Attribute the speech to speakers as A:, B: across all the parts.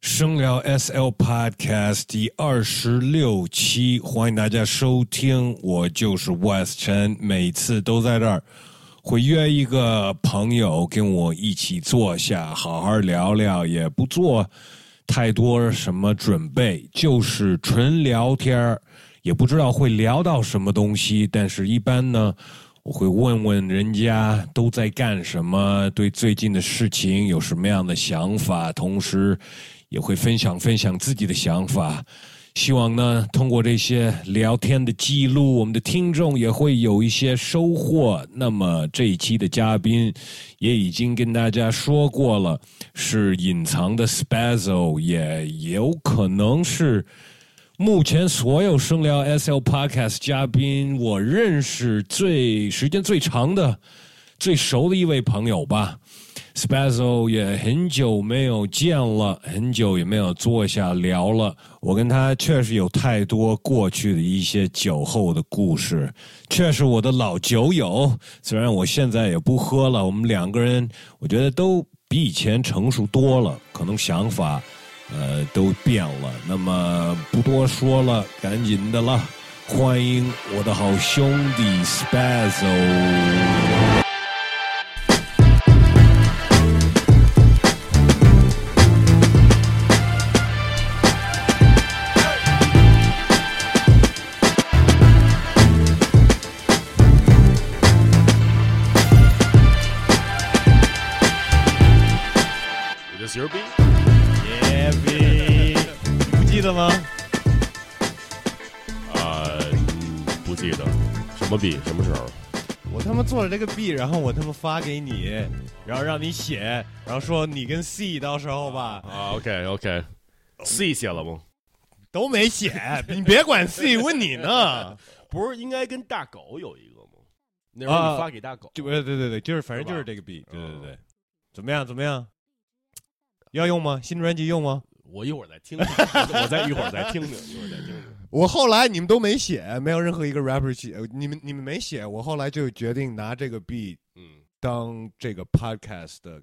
A: 声聊 SL Podcast 第二十六期，欢迎大家收听。我就是 West 陈，每次都在这儿，会约一个朋友跟我一起坐下，好好聊聊，也不做太多什么准备，就是纯聊天儿。也不知道会聊到什么东西，但是一般呢，我会问问人家都在干什么，对最近的事情有什么样的想法，同时也会分享分享自己的想法。希望呢，通过这些聊天的记录，我们的听众也会有一些收获。那么这一期的嘉宾也已经跟大家说过了，是隐藏的 Spazzo，也有可能是。目前所有声聊 SL Podcast 嘉宾，我认识最时间最长的、最熟的一位朋友吧。Spazzo 也很久没有见了，很久也没有坐下聊了。我跟他确实有太多过去的一些酒后的故事，确实我的老酒友。虽然我现在也不喝了，我们两个人我觉得都比以前成熟多了，可能想法。呃，都变了。那么不多说了，赶紧的了，欢迎我的好兄弟 Spazzo。
B: It is your beat.
A: Yeah, b 你不记得吗？
B: 呃，嗯不记得什么 beat，什么时候？
A: 我他妈做了这个 B，然后我他妈发给你，然后让你写，然后说你跟 C 到时候吧
B: 啊，OK OK，C 写了吗？
A: 都没写，你别管 C，问你呢。
B: 不是应该跟大狗有一个吗？那
A: 时候你发
B: 给大狗
A: 就呃对对对，啊就是反正就是这个 B，对对对。怎么样？怎么样？要用吗？新专辑用吗？
B: 我一会儿再听 听，我再一会儿再听听，一会儿再听听。
A: 我后来你们都没写，没有任何一个 rapper 写，呃你们你们没写，我后来就决定拿这个 beat
B: 嗯
A: 当这个 podcast 的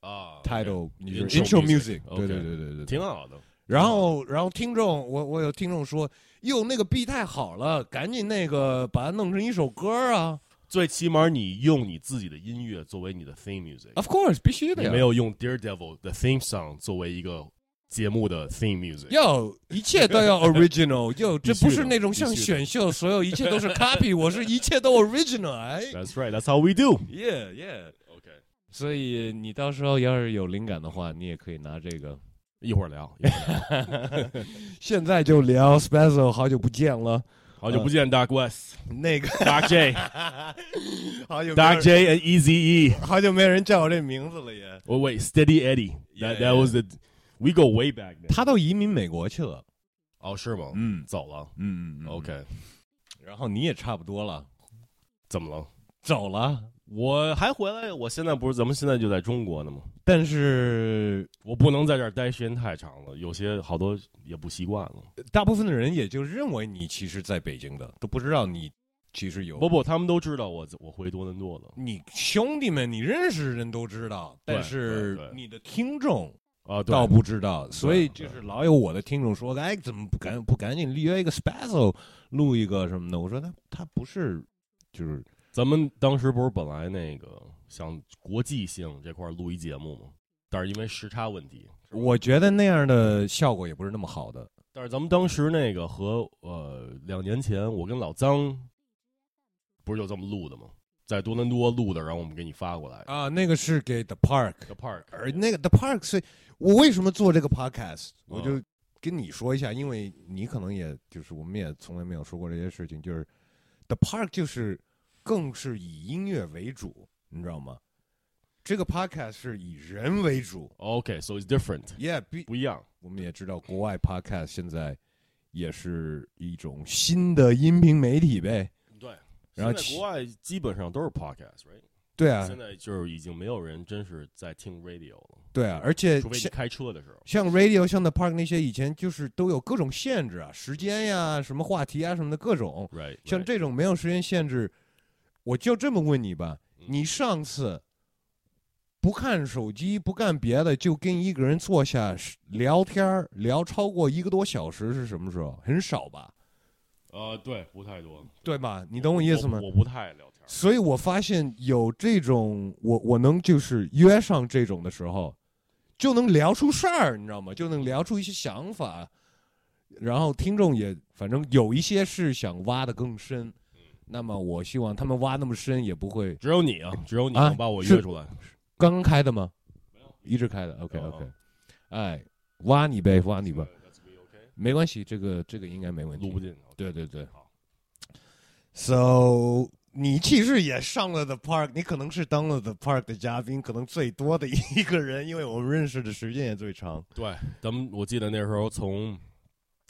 B: 啊
A: title，你就是
B: Intro
A: intro
B: music，
A: music，
B: OK
A: 对对对对对对。
B: 挺好的。
A: 然后然后听众，我我有听众说，哟那个 beat 太好了，赶紧那个把它弄成一首歌啊
B: 最起码你用你自己的音乐作为你的 theme music，
A: ！Of course，必须啊的
B: 你
A: 呀。
B: 没有用 Daredevil 的 theme song 作为一个节目的 theme music。
A: 哟，一切都 要 original，哟，这
B: 必须
A: 不
B: 的
A: 是那种像
B: 必须的
A: 选秀，所有一切都是 copy，我是一切都 original，哎
B: That's right. That's how we do.
A: ，yeah yeah。
B: OK，
A: 所以你到时候要是有灵感的话，你也可以拿这个。
B: 一会儿聊。
A: 现在就聊 Special，好久不见了。
B: 好久不见，Dark West,
A: 那个
B: Dark J,
A: 好久没有
B: Dark
A: 人
B: J and Eazy E.
A: 好久没有人叫我这名字了也。
B: Oh wait, Steady Eddie.
A: Yeah,
B: That that was the we go way back. Then.
A: 他都移民美国去了。
B: 哦，是吗？
A: 嗯
B: 走了。
A: 嗯
B: OK，
A: 然后你也差不多了，
B: 怎么了？
A: 走了。
B: 我还回来，我现在不是咱们现在就在中国呢吗？
A: 但是
B: 我不能在这儿待时间太长了，有些好多也不习惯了。
A: 大部分的人也就认为你其实在北京的，都不知道你其实有。
B: 不不，他们都知道我我回多伦多了。
A: 你兄弟们，你认识的人都知道，
B: 对
A: 但是
B: 对对
A: 你的听众
B: 啊，对
A: 倒不知道，所以
B: 对
A: 就是老有我的听众说，哎，怎么不赶不赶紧约一个 special 录一个什么的？我说他他不是，就是
B: 咱们当时不是本来那个想国际性这块儿录一节目吗？但是因为时差问题，
A: 我觉得那样的效果也不是那么好的。
B: 但是咱们当时那个和呃两年前我跟老张，不是就这么录的吗？在多伦多录的，然后我们给你发过来。
A: 啊，那个是给 The Park，
B: The Park，
A: 而那个 The Park 是我为什么做这个 podcast，我
B: 嗯
A: 就跟你说一下，因为你可能也就是我们也从来没有说过这些事情，就是 The Park 就是更是以音乐为主，你知道吗？这个 podcast 是以人为主
B: OK，so、it's different，
A: ，Yeah，比
B: 不一样。
A: 我们也知道国外 podcast 现在也是一种新的音频媒体呗，
B: 对，
A: 然后
B: 现在
A: 其
B: 国外基本上都是 podcast，right？、
A: 对啊
B: 现，在就是已经没有人真是在听 radio 了，
A: 对啊，而且
B: 除非你
A: 像
B: 开车的时候。
A: 像 radio、像 The Park 那些以前就是都有各种限制啊，时间呀、什么话题啊、什么的各种。
B: Right，
A: 像
B: right
A: 这种没有时间限制，我就这么问你吧，
B: 嗯
A: 你上次不看手机，不干别的，就跟一个人坐下聊天儿，聊超过一个多小时是什么时候？很少吧，
B: 呃，对，不太多，
A: 对吧？你懂我意思吗？
B: 我不太聊天儿，
A: 所以我发现有这种，我我能就是约上这种的时候，就能聊出事儿，你知道吗？就能聊出一些想法，然后听众也反正有一些是想挖的更深，那么我希望他们挖那么深也不会
B: 只有你啊，只有你
A: 啊
B: 能把我
A: 是
B: 约出来。
A: 刚刚开的吗？一直开的，OK
B: 哦
A: OK，哎，挖你呗，挖你吧，
B: That's me, okay？
A: 没关系，这个这个应该没问题
B: 录。不进。
A: 对对对
B: 好
A: ，So 你其实也上了 The Park，你可能是当了 The Park 的嘉宾，可能最多的一个人，因为我们认识的时间也最长。
B: 对，咱们我记得那时候从，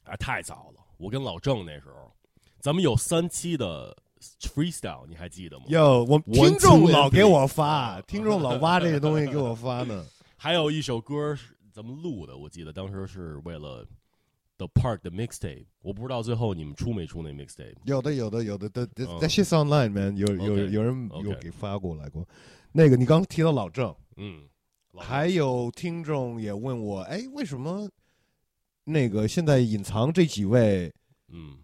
B: 哎，太早了。我跟老郑那时候，咱们有三期的 freestyle，你还记得吗？
A: 哟，我
B: One,
A: 听众
B: two, and
A: 老给
B: three
A: 我发，听众老挖这个东西给我发 呢。
B: 还有一首歌是咱们录的，我记得当时是为了 The Park 的 mixtape，我不知道最后你们出没出那 mixtape。
A: 有的，有的，有的，that that
B: 嗯
A: that shit's online man，有有
B: OK，
A: 有人有
B: OK
A: 给发过来过。那个你刚提到老郑，
B: 嗯，老
A: 还有听众也问我，哎，为什么那个现在隐藏这几位
B: 嗯，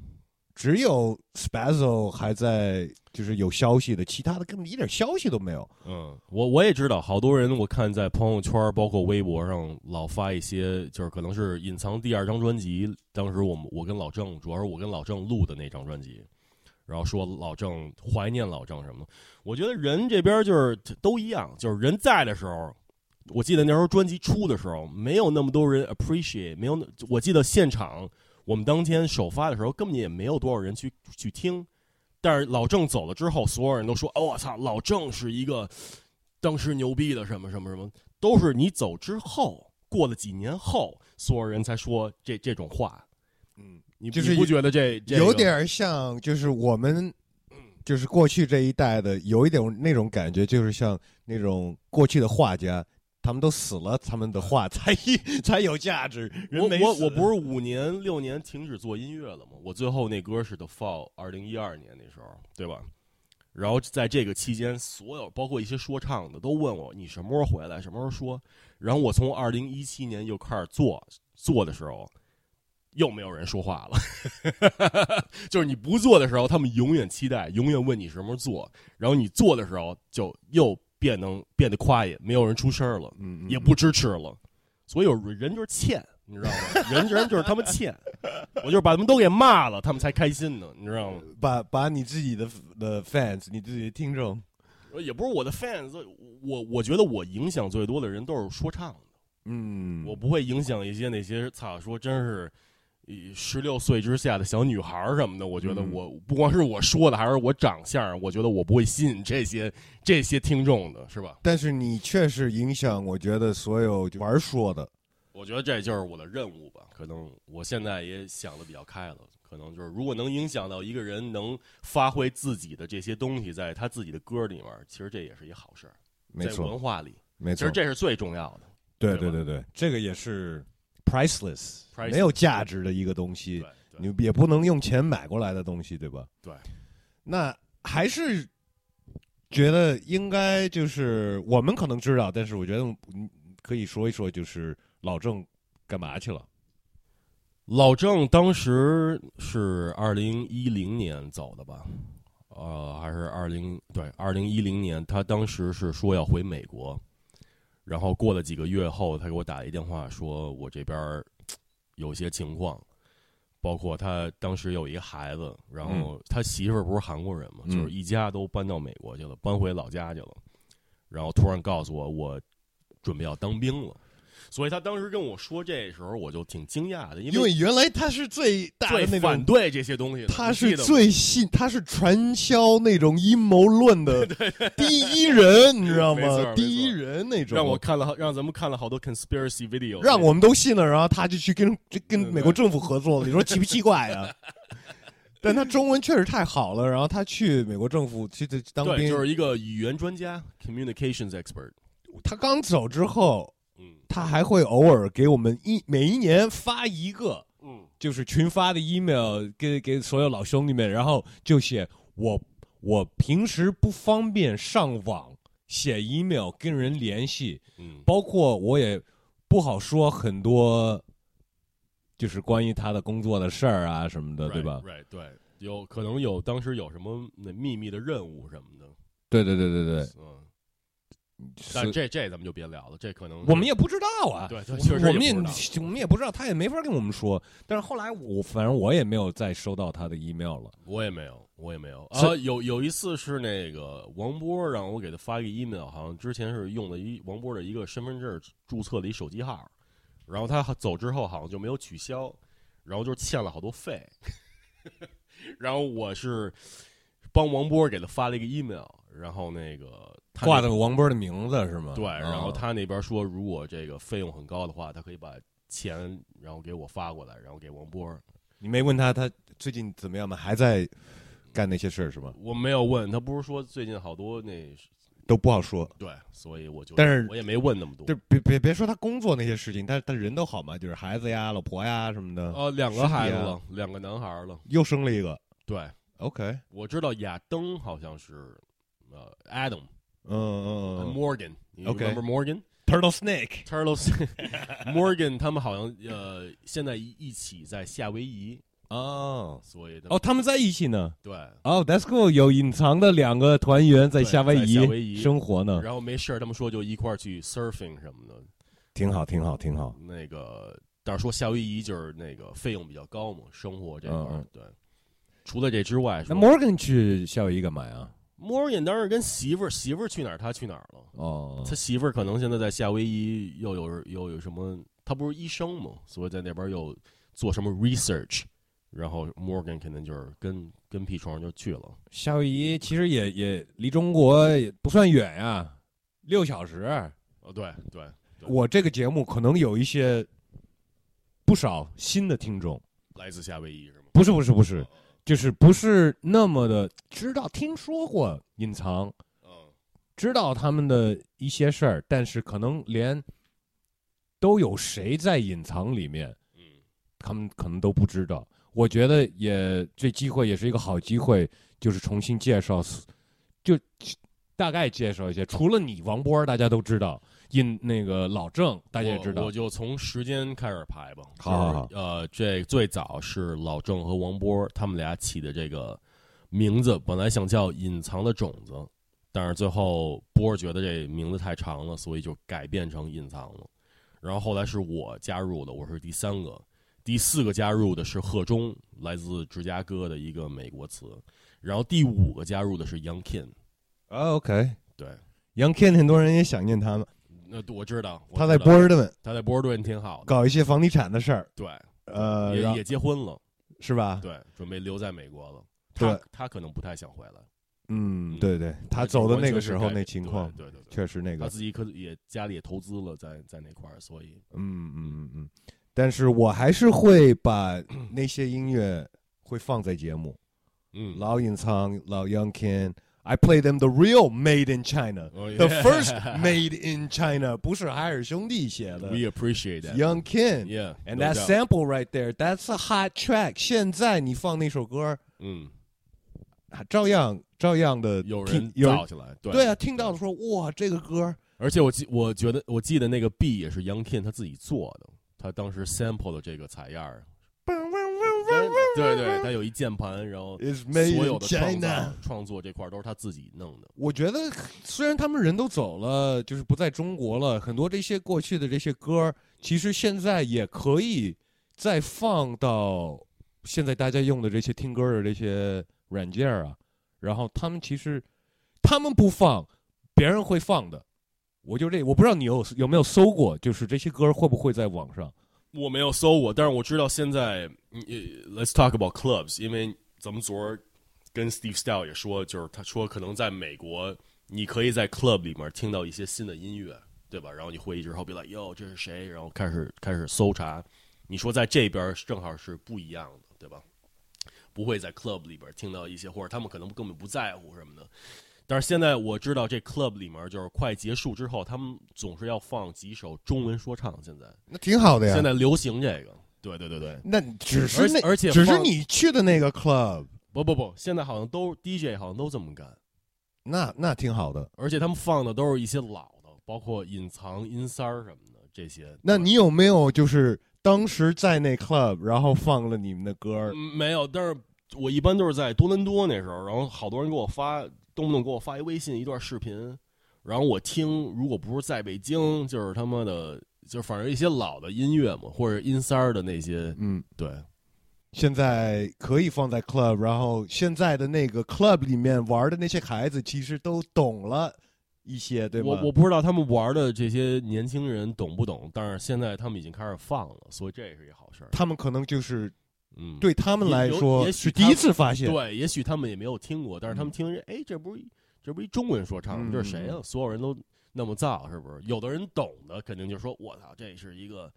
A: 只有 Spazzo 还在，就是有消息的，其他的根本一点消息都没有。
B: 嗯，我我也知道，好多人我看在朋友圈儿，包括微博上，老发一些，就是可能是隐藏第二张专辑。当时我们我跟老郑，主要是我跟老郑录的那张专辑，然后说老郑怀念老郑什么的。我觉得人这边就是都一样，就是人在的时候，我记得那时候专辑出的时候，没有那么多人 appreciate，没有那，我记得现场我们当天首发的时候，根本也没有多少人去去听。但是老郑走了之后，所有人都说：“哦，我操，老郑是一个当时牛逼的什么什么什么。”都是你走之后，过了几年后，所有人才说这这种话。
A: 嗯，
B: 你
A: 就是
B: 你不觉得这、这个
A: 有点像，就是我们，
B: 嗯
A: 就是过去这一代的，有一点那种感觉，就是像那种过去的画家，他们都死了，他们的画才 才有价值。 人
B: 我
A: 没
B: 我
A: 死
B: 我不是五年六年停止做音乐了吗？我最后那歌是 The Fall，二零一二年那时候，对吧？然后在这个期间，所有包括一些说唱的都问我你什么时候回来，什么时候说。然后我从二零一七年又开始做做的时候，又没有人说话了。 就是你不做的时候，他们永远期待，永远问你什么时候做。然后你做的时候，就又变能变得 quiet，没有人出声了。
A: 嗯，嗯
B: 也不支持了。所以有人就是欠，你知道 吗？人人就是他妈欠，我就是把他们都给骂了，他们才开心呢，你知道吗？
A: 把把你自己的的 fans，你自己的听众，
B: 呃也不是我的 fans，我我觉得我影响最多的人都是说唱的，
A: 嗯，
B: 我不会影响一些那些操说真是。十六岁之下的小女孩儿什么的，我觉得
A: 嗯
B: 我不光是我说的，还是我长相，我觉得我不会吸引这些这些听众的，是吧？
A: 但是你确实影响，我觉得所有玩说的，
B: 我觉得这就是我的任务吧。可能我现在也想的比较开了，可能就是如果能影响到一个人能发挥自己的这些东西，在他自己的歌里面，其实这也是一好事儿，
A: 没
B: 在
A: 错，
B: 文化里，
A: 没
B: 其
A: 错
B: 实，这是最重要的。
A: 对
B: 对吧
A: 对对，这个也是 priceless，
B: Priceless
A: 没有价值的一个东西
B: 对，，对
A: 你也不能用钱买过来的东西，对吧？
B: 对，
A: 那还是觉得应该就是我们可能知道，但是我觉得嗯可以说一说，就是老郑干嘛去了？
B: 老郑当时是二零一零年走的吧？呃，还是二零对二零一零年，他当时是说要回美国，然后过了几个月后，他给我打一电话说，我这边儿嘖有些情况，包括他当时有一个孩子，然后他媳妇儿不是韩国人嘛，
A: 嗯
B: 就是一家都搬到美国去了，搬回老家去了，然后突然告诉我，我准备要当兵了。所以他当时跟我说这时候，我就挺惊讶的，因为
A: 因为原来他是最大的
B: 最
A: 那
B: 反
A: 种，
B: 对这些东西的，
A: 他
B: 你
A: 是
B: 记得吗
A: 最信，他是传销那种阴谋论 的第一人，你知道
B: 没错
A: 吗？
B: 没错
A: 第一人那种，
B: 让我看了好，让咱们看了好多 conspiracy video，
A: 让我们都信了，然后他就去跟这跟
B: 对对
A: 美国政府合作了，你说奇不奇怪呀、 但他中文确实太好了，然后他去美国政府去去当
B: 对，
A: 兵，
B: 就是一个语言专家 communications expert，
A: 他刚走之后，
B: 嗯
A: 他还会偶尔给我们一每一年发一个，
B: 嗯，
A: 就是群发的 email 给给所有老兄弟们，然后就写我我平时不方便上网，写 email 跟人联系，
B: 嗯
A: 包括我也不好说很多，就是关于他的工作的事儿啊什么的，对吧？
B: ？Right，对，有可能有当时有什么那秘密的任务什么的，
A: 对对对对对，
B: 嗯，但
A: 是
B: 这这咱们就别聊了，这可能是
A: 我们也不知道啊，
B: 对对，确实
A: 我们也
B: 不知道
A: 我们也不知道，他也没法跟我们说。但是后来我反正我也没有再收到他的 email 了。
B: 我也没有，我也没有啊
A: 所。
B: 有有一次是那个王波让我给他发一个 email，好像之前是用了一王波的一个身份证注册的一手机号，然后他走之后好像就没有取消，然后就欠了好多费。 然后我是帮王波给他发了一个 email，然后那个他那
A: 挂的王波的名字是吗？
B: 对，
A: 啊
B: 然后他那边说如果这个费用很高的话，他可以把钱然后给我发过来，然后给王波，
A: 你没问他他最近怎么样吗？还在干那些事儿是吗？
B: 我没有问他，不是说最近好多那
A: 都不好说。
B: 对，所以我就，
A: 但是
B: 我也没问那么多
A: 就。别别别说他工作那些事情，他他人都好嘛，就是孩子呀、老婆呀什么的，
B: 哦，两个孩子
A: 身体
B: 了，两个男孩了。
A: 又生了一个。
B: 对，
A: OK，
B: 我知道亚登好像是呃 Adam 呃
A: 嗯嗯
B: Morgan。You
A: OK
B: remember Morgan
A: ，Turtle Snake，
B: Turtles Morgan 他们好像呃现在一一起在夏威夷，
A: 哦
B: 所以他们
A: 哦，他们在一起呢。
B: 对。
A: 哦、t h a t s cool，有隐藏的两个团员在
B: 对
A: 夏威夷
B: 在夏威夷
A: 生活呢，
B: 然后没事儿，他们说就一块儿去 surfing 什么的。
A: 挺好，挺好，挺好。
B: 那个，但是说夏威夷就是那个费用比较高嘛，生活这块儿。
A: 嗯嗯
B: 对，除了这之外，
A: 那
B: 说
A: Morgan 去夏威夷干嘛呀？
B: Morgan 当时跟媳妇儿，媳妇儿去哪儿，他去哪儿了。
A: 哦，
B: 他媳妇儿可能现在在夏威夷又有又有什么？他不是医生吗？所以在那边又做什么 research，然后 Morgan 肯定就是跟跟屁虫就去了。
A: 夏威夷其实也也离中国也不算远呀、六小时。
B: 哦，对对，对
A: 我这个节目可能有一些不少新的听众，
B: 来自夏威夷是吗？哦
A: 不是不是不是，就是不是那么的知道，听说过隐藏，
B: 嗯，
A: 知道他们的一些事儿，但是可能连都有谁在隐藏里面，
B: 嗯
A: 他们可能都不知道。我觉得也这机会也是一个好机会，就是重新介绍，就大概介绍一些。除了你王波，大家都知道，印那个老郑大
B: 大
A: 家也知道
B: 我就从时间开始排吧。
A: 好好好
B: 就是呃，这最早是老郑和王波他们俩起的这个名字，本来想叫“隐藏的种子”，但是最后波儿觉得这名字太长了，所以就改变成“隐藏”了。然后后来是我加入的，我是第三个，第四个加入的是贺中，来自芝加哥的一个美国词。然后第五个加入的是 Young Kin，
A: 啊。OK，
B: 对，
A: 杨 Ken 很多人也想念他们，
B: 那我知道，我
A: 他在
B: 知道
A: 波士顿
B: 他在波士顿挺好的，
A: 搞一些房地产的事儿，
B: 对，
A: 呃，
B: 也
A: 然
B: 也结婚了。
A: 是吧？
B: 对，准备留在美国了。他
A: 对
B: 他可能不太想回来。
A: 嗯，
B: 嗯
A: 对对，他
B: 完全
A: 走的
B: 完
A: 那
B: 全
A: 个
B: 是
A: 时候
B: 改
A: 那情况，
B: 对对对对，
A: 确实那个
B: 他，自己可也家里也投资了在在那块儿，所以
A: 嗯嗯嗯嗯。但是我还是会把那些音乐会放在节目，
B: 嗯，
A: 老隐藏、老 Young Ken。I play them the real made in China,
B: Oh,
A: the
B: yeah.
A: first made in China，不是海尔兄弟写的。
B: we appreciate that.
A: Young Ken
B: Yeah,
A: and
B: no
A: that
B: doubt.
A: sample right there, that's a hot track。现在你放那首歌，
B: 嗯，
A: 啊照样照样的
B: 有人
A: 有
B: 造起来，对
A: 对啊，听到说哇，这个歌
B: 而且我记我觉得我记得那个 B 也是 Young Kin 他自己做的，他当时 sample 的这个采样儿，对对，他有一键盘，然后
A: is made
B: 所有
A: in
B: 的创造
A: China。
B: 创作这块儿都是他自己弄的。
A: 我觉得虽然他们人都走了，就是不在中国了，很多这些过去的这些歌，其实现在也可以再放到现在大家用的这些听歌的这些软件啊。然后他们其实他们不放，别人会放的。我就这，我不知道你有有没有搜过，就是这些歌会不会在网上？
B: 我没有搜过，但是我知道现在嗯呃，Let's talk about clubs，因为咱们昨儿跟 Steve Style 也说，就是他说可能在美国，你可以在 club 里面听到一些新的音乐，对吧？然后你会议之后比来，哟，这是谁？然后开始开始搜查。你说在这边正好是不一样的，对吧？不会在 club 里边听到一些，或者他们可能根本不在乎什么的。但是现在我知道这 club 里面就是快结束之后，他们总是要放几首中文说唱。现在
A: 那挺好的
B: 现在流行这个，对对对对，
A: 那啊只是那，
B: 而而且
A: 只是
B: 放
A: 你去的那个 club，
B: 不不不，现在好像都 DJ 好像都这么干，
A: 那那挺好的。
B: 而且他们放的都是一些老的，包括隐藏阴三儿什么的这些。
A: 那你有没有就是当时在那 club，然后放了你们的歌儿？
B: 嗯没有？但是我一般都是在多伦多那时候，然后好多人给我发，动不动给我发一微信一段视频，然后我听，如果不是在北京，就是他妈的，就反正一些老的音乐嘛，或者阴三儿的那些，
A: 嗯，
B: 对。
A: 现在可以放在 club，然后现在的那个 club 里面玩的那些孩子其实都懂了一些，对吗？
B: 我我不知道他们玩的这些年轻人懂不懂，但是现在他们已经开始放了，所以这也是一好事儿。
A: 他们可能就是
B: 嗯，
A: 对他们来
B: 也有
A: 说是
B: 也许
A: 第
B: 他
A: 一次发现，
B: 对，也许他们也没有听过，但是他们听着，哎，这不是一这不是一中文说唱吗，
A: 嗯
B: 这是谁啊？所有人都那么造，是不是？有的人懂的肯定就说：“我操，这是一个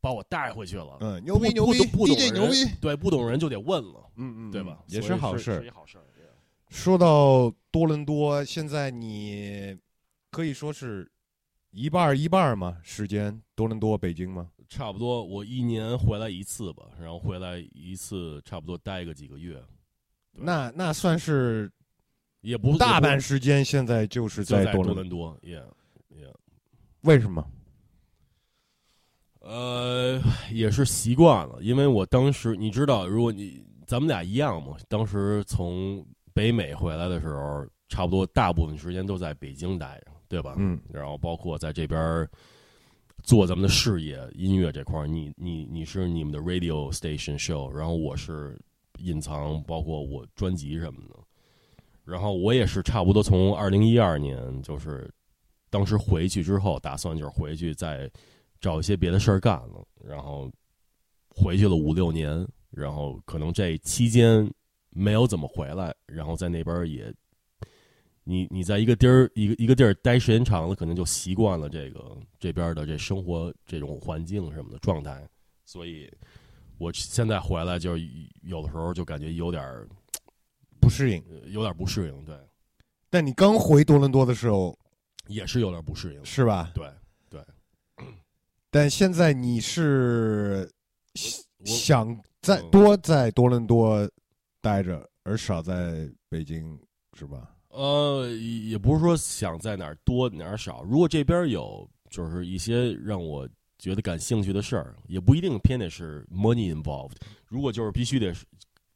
B: 把我带回去了。
A: 嗯，牛逼
B: 不
A: 牛逼
B: 不懂
A: ，DJ
B: 人
A: 牛逼，
B: 对，不懂人就得问了，
A: 嗯嗯，
B: 对吧？
A: 也
B: 所以是
A: 好事
B: 是
A: 儿
B: 一。好事儿。对
A: 说到多伦多，现在你可以说是一半儿一半儿嘛，时间多伦多、北京吗？
B: 差不多，我一年回来一次吧，然后回来一次，差不多待个几个月，对
A: 那那算是
B: 也不
A: 大
B: 也不
A: 半时间，现在就是
B: 就在
A: 多
B: 多
A: 伦多。
B: 伦多，yeah yeah，
A: 为什么？
B: 呃，也是习惯了，因为我当时你知道，如果你咱们俩一样嘛，当时从北美回来的时候，差不多大部分时间都在北京待着，对吧？
A: 嗯
B: 然后包括在这边儿做咱们的事业音乐这块儿，你你你是你们的 radio station show，然后我是隐藏，包括我专辑什么的。然后我也是差不多从二零一二年，就是当时回去之后，打算就是回去再找一些别的事儿干了，然后回去了五六年，然后可能这期间没有怎么回来，然后在那边儿也你你在一个地儿一个一个地儿待时间长了，可能就习惯了这个这边的这生活这种环境什么的状态，所以我现在回来就是有的时候就感觉有点儿
A: 不适应。
B: 呃有点不适应，对，
A: 但你刚回多伦多的时候
B: 也是有点不适应，
A: 是吧？
B: 对
A: 但现在你是
B: 我
A: 想在
B: 嗯
A: 多在多伦多待着，而少在北京，是吧？
B: 呃也不是说想在哪儿多哪儿少，如果这边有就是一些让我觉得感兴趣的事儿，也不一定偏得是 money involved，如果就是必须得是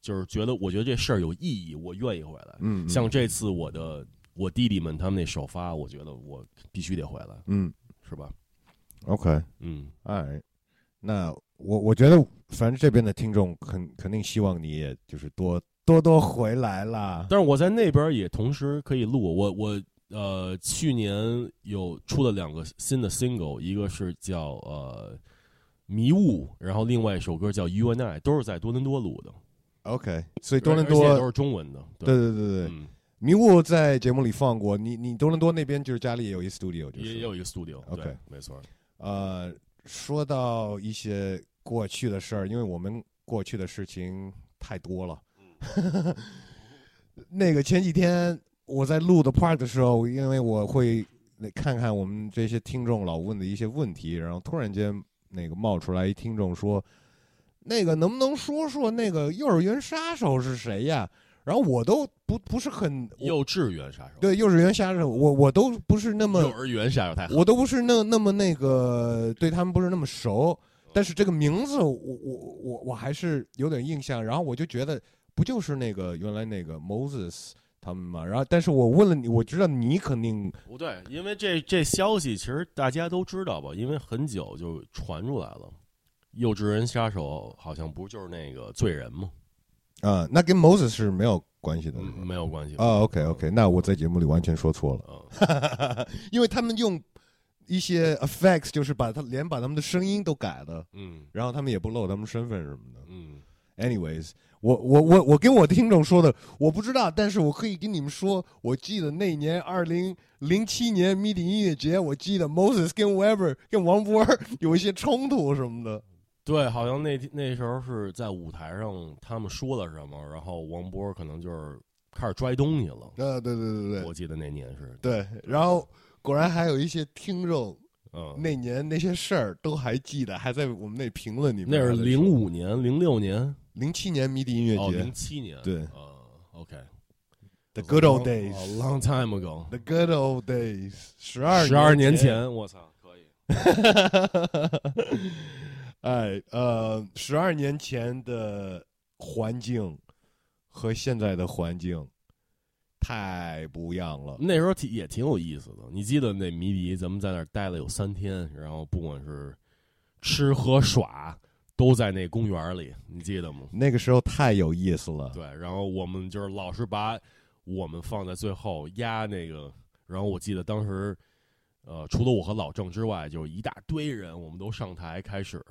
B: 就是觉得我觉得这事儿有意义，我愿意回来。
A: 嗯，
B: 像这次我的我弟弟们他们那首发，我觉得我必须得回来，
A: 嗯
B: 是吧？
A: ，OK，
B: 嗯，
A: 哎，那我我觉得，反正这边的听众肯肯定希望你也就是多多多回来啦。
B: 但是我在那边也同时可以录，我我呃去年有出了两个新的 single，一个是叫呃迷雾，然后另外一首歌叫 You and I，都是在多伦多录的，
A: OK，所以多伦
B: 而且
A: 多
B: 都，是中文的，
A: 对对对对，
B: 嗯，
A: 迷雾在节目里放过你，你多伦多那边就是家里也有一 studio，就
B: 也也
A: 是
B: 有一个 studio，
A: OK
B: 对，没错，
A: 呃，说到一些过去的事儿，因为我们过去的事情太多了。 那个前几天我在录的 part 的时候，因为我会那看看我们这些听众老问的一些问题，然后突然间那个冒出来一听众说：“那个能不能说说那个幼儿园杀手是谁呀？”然后我都不不是很我
B: 幼稚园杀手，
A: 对幼儿园杀手，我我都不是那么
B: 幼儿园杀手太狠了，
A: 我都不是那那么那个对他们不是那么熟，
B: 嗯
A: 但是这个名字我我我我还是有点印象，然后我就觉得不就是那个原来那个 Moses 他们嘛，然后但是我问了你，我知道你肯定
B: 不对，因为这这消息其实大家都知道吧，因为很久就传出来了。幼稚园杀手好像不就是那个罪人吗？
A: 啊、那跟 Moses 是没有关系的。
B: 嗯没有关系。
A: 啊、o k OK，那我在节目里完全说错了，
B: 嗯，
A: 因为他们用一些 effects，就是把他连把他们的声音都改了，
B: 嗯
A: 然后他们也不露他们身份什么的。
B: 嗯
A: Anyways，我我我我跟我的听众说的，我不知道，但是我可以跟你们说，我记得那年二零零七年迷笛音乐节，我记得 Moses 跟 Weber 跟王波儿 有一些冲突什么的。
B: 对，好像那天那时候是在舞台上他们说了什么，然后王波可能就是开始拽东西了。
A: 呃，对对对对
B: 我记得那年是，
A: 对，然后果然还有一些听众
B: 嗯，
A: 那年那些事儿都还记得，还在我们那评论里面
B: 那
A: 还在
B: 是
A: 说。
B: 零五年、零六年，
A: 零七年迷笛音乐
B: 哦，
A: 节
B: 零，七年，
A: 对
B: 啊，OK。
A: The good old
B: long-
A: days.
B: a long time ago，
A: The good old days，十二
B: 十二
A: 年
B: 年。前，我操，可以，
A: 哎，呃，十二年前的环境和现在的环境太不一样了。
B: 那时候挺也挺有意思的。你记得那迷笛，咱们在那儿待了有三天，然后不管是吃喝耍都在那公园里，你记得吗？
A: 那个时候太有意思了。
B: 对，然后我们就是老是把我们放在最后压那个，然后我记得当时，呃，除了我和老郑之外，就一大堆人，我们都上台开始。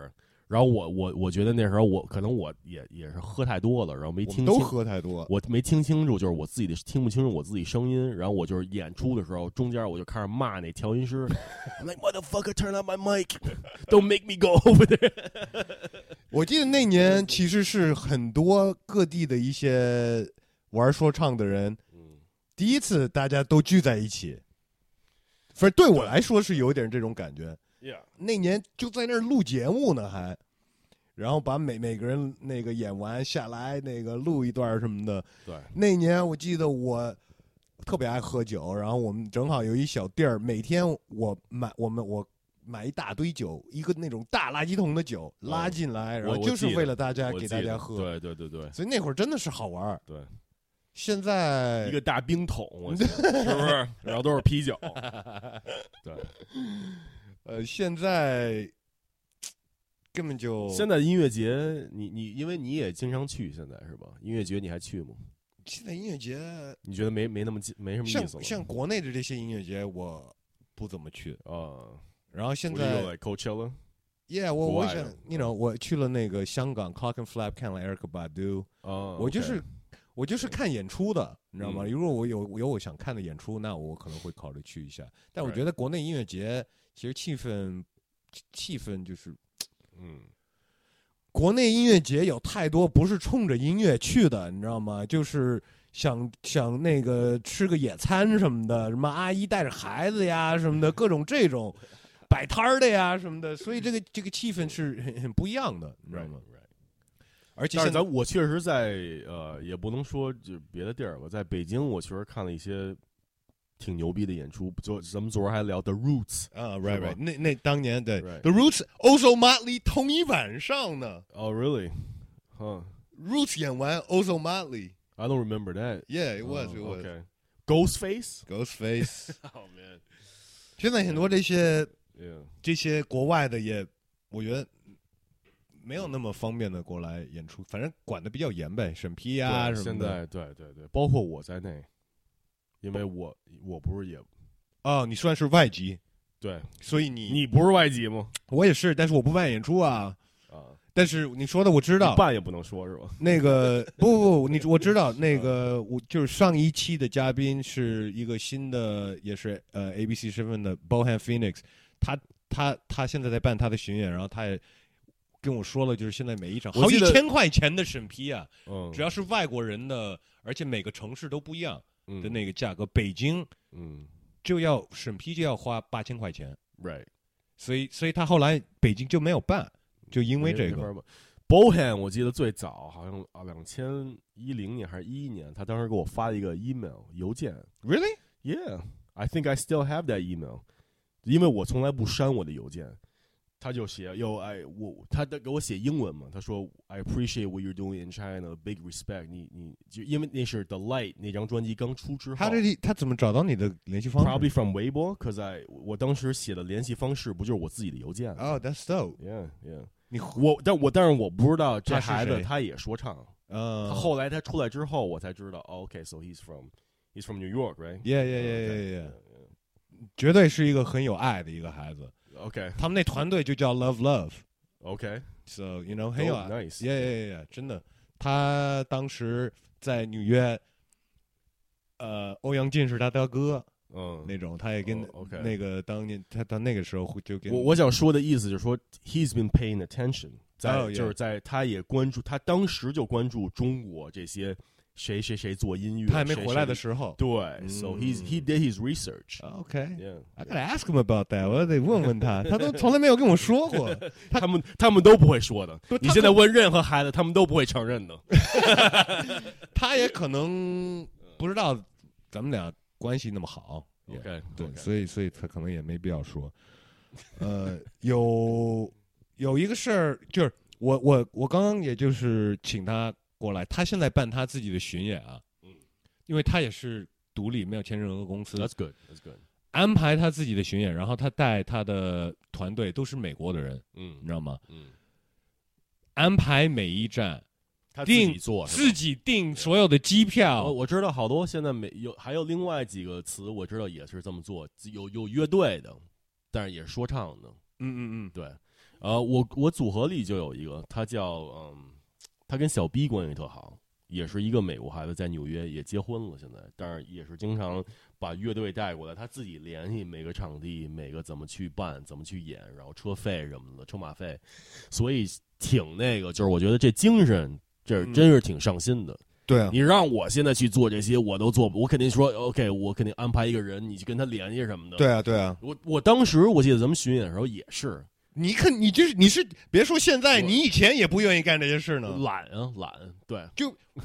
B: 然后我我我觉得那时候我可能我也也是喝太多了，然后没
A: 我
B: 听
A: 们都
B: 清
A: 喝太多，
B: 我没听清楚，就是我自己的听不清楚我自己声音，然后我就是演出的时候，中间我就开始骂那调音 师，I'm like motherfucker turn on my mic, don't make me go over there。
A: 我记得那年其实是很多各地的一些玩说唱的人，第一次大家都聚在一起。反正对我来说是有点这种感觉。
B: Yeah，
A: 那年就在那儿录节目呢，还，然后把每每个人那个演完下来，那个录一段什么的。
B: 对，
A: 那年我记得我特别爱喝酒，然后我们正好有一小地儿，每天我买我们我买一大堆酒，一个那种大垃圾桶的酒拉进来，然后
B: 哦我我
A: 就是
B: 记得
A: 为了大家
B: 我
A: 给
B: 记
A: 大家
B: 得
A: 喝，
B: 对对对对，
A: 所以那会儿真的是好玩儿。
B: 对，
A: 现在
B: 一个大冰桶， 我记得是不是？然后都是啤酒，
A: 哦
B: 对。
A: 呃，现在根本就
B: 现在音乐节，你你因为你也经常去，现在是吧？音乐节你还去吗？
A: 现在音乐节
B: 你觉得没没那么劲没什么意思
A: 像
B: 了？
A: 像国内的这些音乐节，我不怎么去。
B: 啊，
A: 然后现
B: 我就有
A: 在
B: like Coachella，
A: ，Yeah，我
B: 国
A: 我
B: 外
A: 想
B: 的
A: ，you know，我去了那个香港 Clock and Flap 看了 Eric Badu，
B: 啊，
A: 我就
B: OK
A: 是我就是看演出的，你知道吗？
B: 嗯
A: 如果我有有我想看的演出，那我可能会考虑去一下。但我
B: Right
A: 觉得国内音乐节其实气氛气氛就是
B: 嗯，
A: 国内音乐节有太多不是冲着音乐去的，你知道吗？就是想想那个吃个野餐什么的，什么阿姨带着孩子呀什么
B: 嗯
A: 的，各种这种摆摊儿的呀什么的，所以这个这个气氛是很很不一样的，你知道
B: right
A: 吗？
B: right。
A: 而且
B: 但是
A: 现在
B: 咱我确实在呃，也不能说就别的地儿吧，在北京我确实看了一些挺牛逼的演出，就咱们昨儿还聊的 Roots，
A: 啊
B: 是
A: ，right
B: 吧
A: right，那那当年对
B: Right
A: The Roots、Ozo Motley 同一晚上呢
B: 哦、r e a l l y 哼、
A: ，Roots 演完 Ozo Motley，yeah
B: 嗯 i don't remember that，it
A: it was
B: 哦
A: it was、
B: okay Ghostface，
A: Ghostface，
B: oh man，yeah，
A: 现在很多这些这些国外的也，我觉得没有那么方便的过来演出，反正管的比较严呗，审批啊
B: 对
A: 什
B: 现
A: 么的。
B: 在对对对，包括我在内，因为我我不是也
A: 哦，你算是外籍，
B: 对
A: 所以你
B: 你不是外籍吗？
A: 我也是，但是我不办演出啊。
B: 啊，
A: 但是你说的我知
B: 知
A: 道，
B: 办也不能说是吧？
A: 那个不不不，你我知道那个我就是上一期的嘉宾是一个新的，也是呃 ABC 身份的 Bohan Phoenix，他他他现在在办他的巡演，然后他也跟我说了，就是现在每一场
B: 我
A: 好
B: 记
A: 几
B: 得
A: 千块钱的审批啊，
B: 嗯，
A: 只要是外国人的，而且每个城市都不一样的
B: 嗯
A: 那个价格，北京
B: 嗯
A: 就要审批就要花八千块钱，
B: ，right。
A: 所以所以他后来北京就没有办，就因为这个。
B: Bohan，我记得最早好像啊，两千一零年还是一一年，他当时给我发了一个 email 邮件
A: Really？
B: ，Yeah，I think I still have that email，因为我从来不删我的邮件。他就写哟，哎，我他他给我写英文嘛，他说 I appreciate what you're doing in China, big respect 你。你就因为那是 The Light 那张专辑刚出之后，
A: 他这里他怎么找到你的联系方式
B: probably from 微博，cause I 我当时写的联系方式不就是我自己的邮件
A: ？Oh, that's dope！
B: ？Yeah, yeah。
A: 你
B: 我但我但是我不知道这
A: 他是
B: 孩子
A: 谁
B: 他也说唱，
A: 呃
B: 他后来他出来之后，我才知道、o k so he's from he's from New York, right?
A: Yeah, yeah, yeah, yeah, yeah. 绝对是一个很有爱的一个孩子。
B: Okay,
A: 他们那团队就叫 Love Love，so
B: okay,
A: you know 很有
B: Oh,
A: 爱。
B: nice.
A: Yeah, yeah, yeah，真的。他当时在纽约，呃，欧阳靖是他大哥，
B: 嗯，
A: 那种，他也跟、
B: 哦，OK
A: 那个当年他他那个时候会就跟
B: 我我想说的意思就是说，he's been paying attention，在、
A: Oh, yeah.
B: 就是在他也关注，他当时就关注中国这些谁谁谁做音乐，
A: 他还没回来的
B: 候，
A: 时候。嗯
B: 对、s o he's he did his research，、
A: 啊 OK，I
B: yeah，
A: gotta ask him about that，我得问问他，他都从来没有跟我说过。
B: 他们他们都不会说的
A: 对，他
B: 你现在问任何孩子，他们都不会承认的，
A: 他也可能不知道咱们俩关系那么好，也
B: OK，
A: 对
B: OK
A: 所以所以他可能也没必要说。呃，有有一个事儿，就是我我我刚刚也就是请他过来，他现在办他自己的巡演啊，
B: 嗯
A: 因为他也是独立，没有签任何公司，
B: That's good. That's good.
A: 安排他自己的巡演，然后他带他的团队都是美国的人，你
B: 嗯
A: 知道吗？
B: 嗯，
A: 安排每一站，
B: 他自
A: 定
B: 己做是吧啊
A: 自己订所有的机
B: 我
A: 票，
B: 我知道好多现在没有，还有另外几个词我知道也是这么做，有有乐队的，但是也是说唱的，
A: 嗯嗯嗯，
B: 对，呃，我我组合里就有一个，他叫嗯，他跟小 B 关系特好，也是一个美国孩子，在纽约也结婚了，现在，但是也是经常把乐队带过来，他自己联系每个场地，每个怎么去办，怎么去演，然后车费什么的，车马费，所以挺那个，就是我觉得这精神。这
A: 嗯
B: 真是挺上心的，
A: 对啊，
B: 你让我现在去做这些，我都做不，我肯定说 OK，我肯定安排一个人，你去跟他联系什么的。，
A: 啊对啊，
B: 我我当时我记得咱们巡演的时候也是，
A: 你看你就是你是别说现在，
B: 我
A: 你以前也不愿意干这些事呢，
B: 懒啊，懒。对，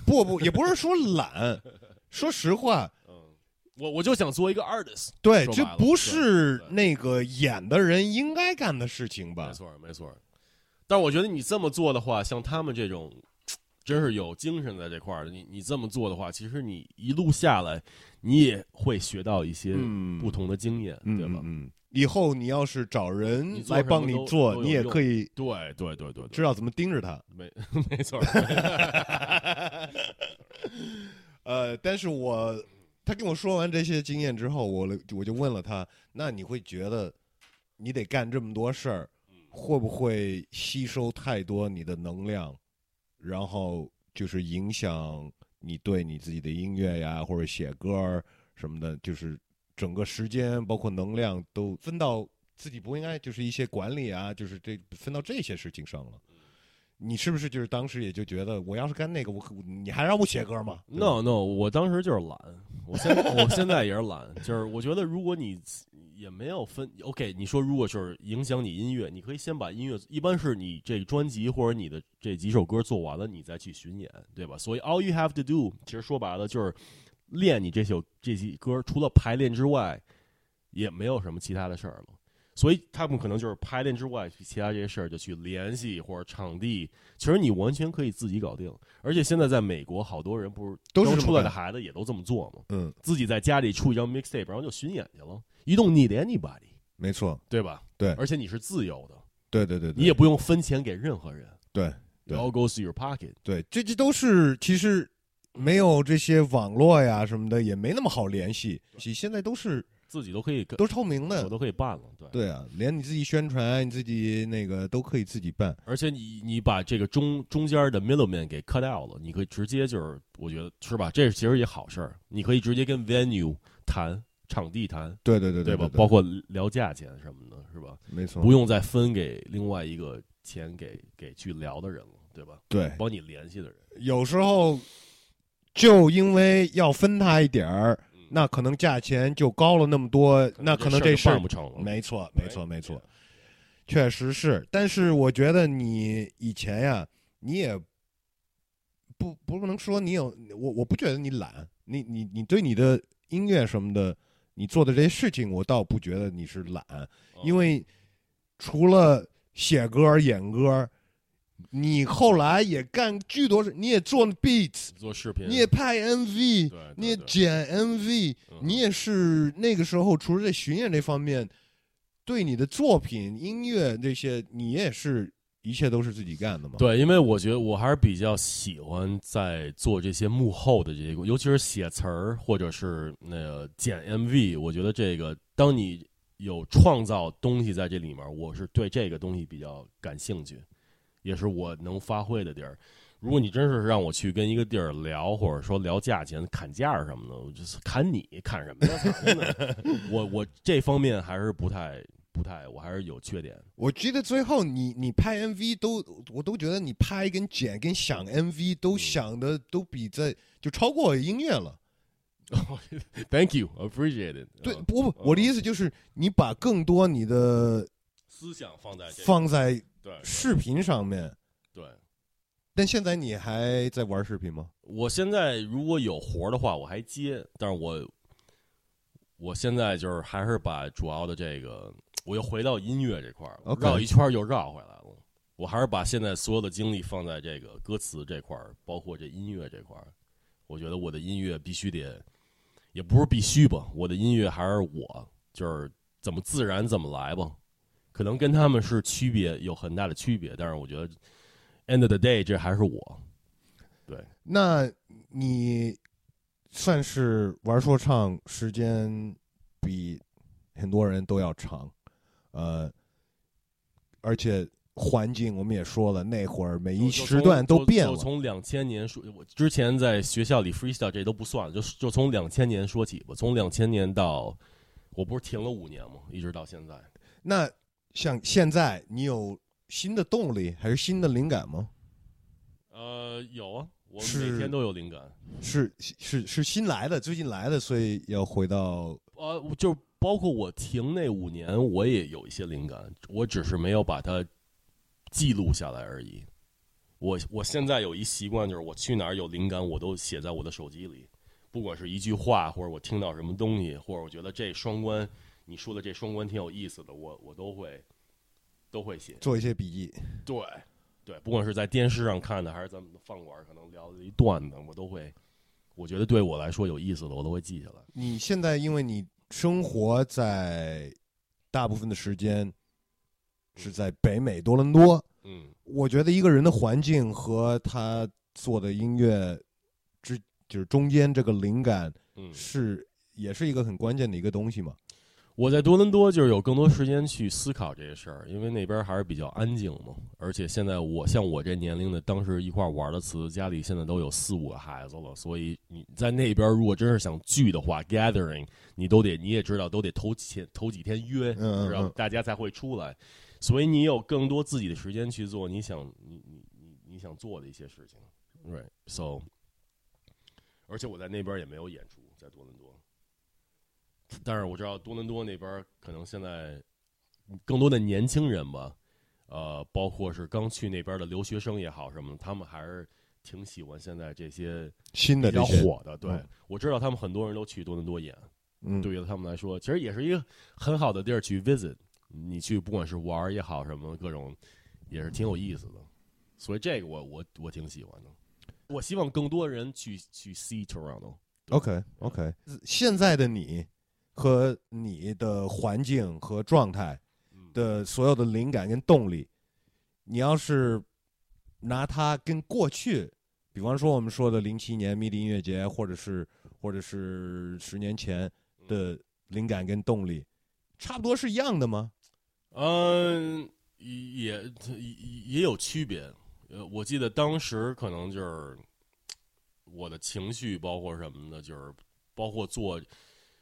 A: 不不，也不是说 懒，说实话，
B: 嗯，我我就想做一个 artist。
A: 对，
B: 说
A: 这
B: 白了
A: 不是
B: 对对
A: 那个演的人应该干的事情吧
B: 没？错，没错。但我觉得你这么做的话，像他们这种，真是有精神在这块儿的。你你这么做的话，其实你一路下来，你也会学到一些
A: 嗯，
B: 不同的经验，
A: 嗯，
B: 对吧？
A: 嗯，嗯以后你要是找
B: 你
A: 人
B: 做
A: 来
B: 什么
A: 帮你
B: 都都
A: 做，
B: 有
A: 你也
B: 用
A: 可以
B: 对对对对
A: 知
B: 对，
A: 道怎么盯着他。
B: 没 没错。
A: 呃，但是我他跟我说完这些经验之后，我了我就问了他，那你会觉得你得干这么多事儿，会不会吸收太多你的能量，然后就是影响你对你自己的音乐呀，或者写歌儿什么的，就是整个时间包括能量都分到自己不应该就是一些管理啊，就是这分到这些事情上了。你是不是就是当时也就觉得，我要是干那个，我可你还让我写歌吗？对吧
B: No no，我当时就是懒，我现在我现在也是懒，就是我觉得如果你也没有分 OK，你说如果就是影响你音乐，你可以先把音乐，一般是你这个专辑或者你的这几首歌做完了，你再去巡演，对吧？所以 all you have to do，其实说白了就是练你这首这些歌，除了排练之外，也没有什么其他的事儿了。所以他们可能就是排练之外，其他这些事儿就去联系或者场地，其实你完全可以自己搞定。而且现在在美国，好多人不是
A: 都是
B: 刚
A: 这么
B: 出来的
A: 干
B: 孩子也都这么做嘛，
A: 嗯，
B: 自己在家里出一张 mixtape，然后就巡演去了。You don't need anybody，
A: 没错，
B: 对吧？
A: 对
B: 而且你是自由的，
A: 对对对对，
B: 你也不用分钱给任何人。
A: 对
B: It
A: 对
B: all goes to your pocket。
A: 对，这这都是其实没有这些网络呀什么的，也没那么好联系。其现在都是
B: 自己都可以跟
A: 都是透明
B: 我
A: 的，
B: 都可以办了，对。
A: 对啊，连你自己宣传，你自己那个都可以自己办。
B: 而且你你把这个中中间的 middleman 给 cut out 了，你可以直接就是，我觉得是吧？这其实也好事儿，你可以直接跟 venue 谈场地谈，
A: 对对对
B: 对
A: 对嗯
B: 吧？包括聊价钱什么的，是吧？
A: 没错，
B: 不用再分给另外一个钱给给去聊的人了，对吧？
A: 对，
B: 帮你联系的人，
A: 有时候就因为要分他一点儿，
B: 嗯
A: 那可能价钱就高了那么多，那可能这事
B: 事儿
A: 儿
B: 就办不成了。哎
A: 没错，没错，没错，确实是。但是我觉得你以前呀，你也不不能说你有我，我不觉得你懒，你你你对你的音乐什么的，你做的这些事情，我倒不觉得你是懒，
B: 嗯，
A: 因为除了写歌、演歌，你后来也干巨多事，你也做 beats，
B: 做视频，
A: 你也拍 MV，
B: 对对
A: 你也
B: 对
A: 剪 MV，
B: 嗯
A: 你也是那个时候除了在巡演这方面，对你的作品、音乐这些，你也是一切都是自己干的嘛？，
B: 对，因为我觉得我还是比较喜欢在做这些幕后的这些工，尤其是写词儿或者是那个剪 MV。我觉得这个，当你有创造东西在这里面，我是对这个东西比较感兴趣，也是我能发挥的地儿。如果你真是让我去跟一个地儿聊，或者说聊价钱、砍价儿什么的，我就是砍你，砍什么呀？ 真的我我这方面还是不太不太，我还是有缺点。
A: 我记得最后你你拍 MV 都，我都觉得你拍跟剪跟想 MV 都
B: 嗯
A: 想的都比在就超过音乐了。
B: Thank you, appreciate it 嗯。
A: 对，不不，我的意思就是你把更多你的
B: 思想放在哎这个
A: 放在
B: 对
A: 视频上面。
B: 对。
A: 但现在你还在玩视频吗？
B: 我现在如果有活儿的话，我还接，但是我我现在就是还是把主要的这个，我又回到音乐这块儿了，
A: OK
B: 绕一圈儿又绕回来了。我还是把现在所有的精力放在这个歌词这块儿，包括这音乐这块儿。我觉得我的音乐必须得，也不是必须吧，我的音乐还是我，就是怎么自然怎么来吧。可能跟他们是区别有很大的区别，但是我觉得 end of the day 这还是我。
A: 那你算是玩说唱时间比很多人都要长，呃，而且环境我们也说了，那会儿每一
B: 就
A: 时段都变
B: 就
A: 了
B: 就。从两千年说，我之前在学校里 freestyle 这都不算了，就就从两千年说起吧。从两千年到，我不是停了五年吗？一直到现在。
A: 那像现在，你有新的动力还是新的灵感吗？
B: 呃，有啊，我
A: 是
B: 每天都有灵感。
A: 是是是新来的，最近来的，所以要回到
B: 呃，我就包括我停那五年，我也有一些灵感，我只是没有把它记录下来而已。我我现在有一习惯，就是我去哪儿有灵感，我都写在我的手机里，不管是一句话，或者我听到什么东西，或者我觉得这双关，你说的这双关挺有意思的，我我都会都会写。
A: 做一些笔记。
B: 对对，不管是在电视上看的，还是咱们的饭馆可能聊的一段子，我都会，我觉得对我来说有意思的，我都会记下来。
A: 你现在因为你生活在大部分的时间是在北美多伦多，
B: 嗯，
A: 我觉得一个人的环境和他做的音乐之就是中间这个灵感
B: 嗯。
A: 是也是一个很关键的一个东西嘛。
B: 我在多伦多就是有更多时间去思考这些事儿，因为那边还是比较安静嘛。而且现在我像我这年龄的，当时一块儿玩的词，家里现在都有四五个孩子了，所以你在那边如果真是想聚的话，gathering 你都得你也知道都得头前头几天约，
A: 嗯嗯
B: 然后大家才会出来，所以你有更多自己的时间去做你想你你你你想做的一些事情，right？So，而且我在那边也没有演出，在多伦多。但是我知道多伦多那边儿可能现在更多的年轻人吧，呃，包括是刚去那边的留学生也好什么的，他们还是挺喜欢现在这些
A: 新
B: 比
A: 的这
B: 较
A: 些，
B: 火的。对
A: 嗯，
B: 我知道他们很多人都去多伦多演，
A: 嗯，
B: 对于他们来说，其实也是一个很好的地儿去 visit。你去不管是玩儿也好，什么各种，也是挺有意思的。所以这个我我我挺喜欢的。我希望更多人去去 see Toronto。
A: OK OK，现在的你和你的环境和状态
B: 嗯
A: 的所有的灵感跟动力，你要是拿它跟过去，比方说我们说的零七年迷笛音乐节，或者是或者是十年前
B: 嗯
A: 的灵感跟动力，差不多是一样的吗？
B: 嗯，也也也有区别。呃，我记得当时可能就是我的情绪，包括什么的，就是包括做。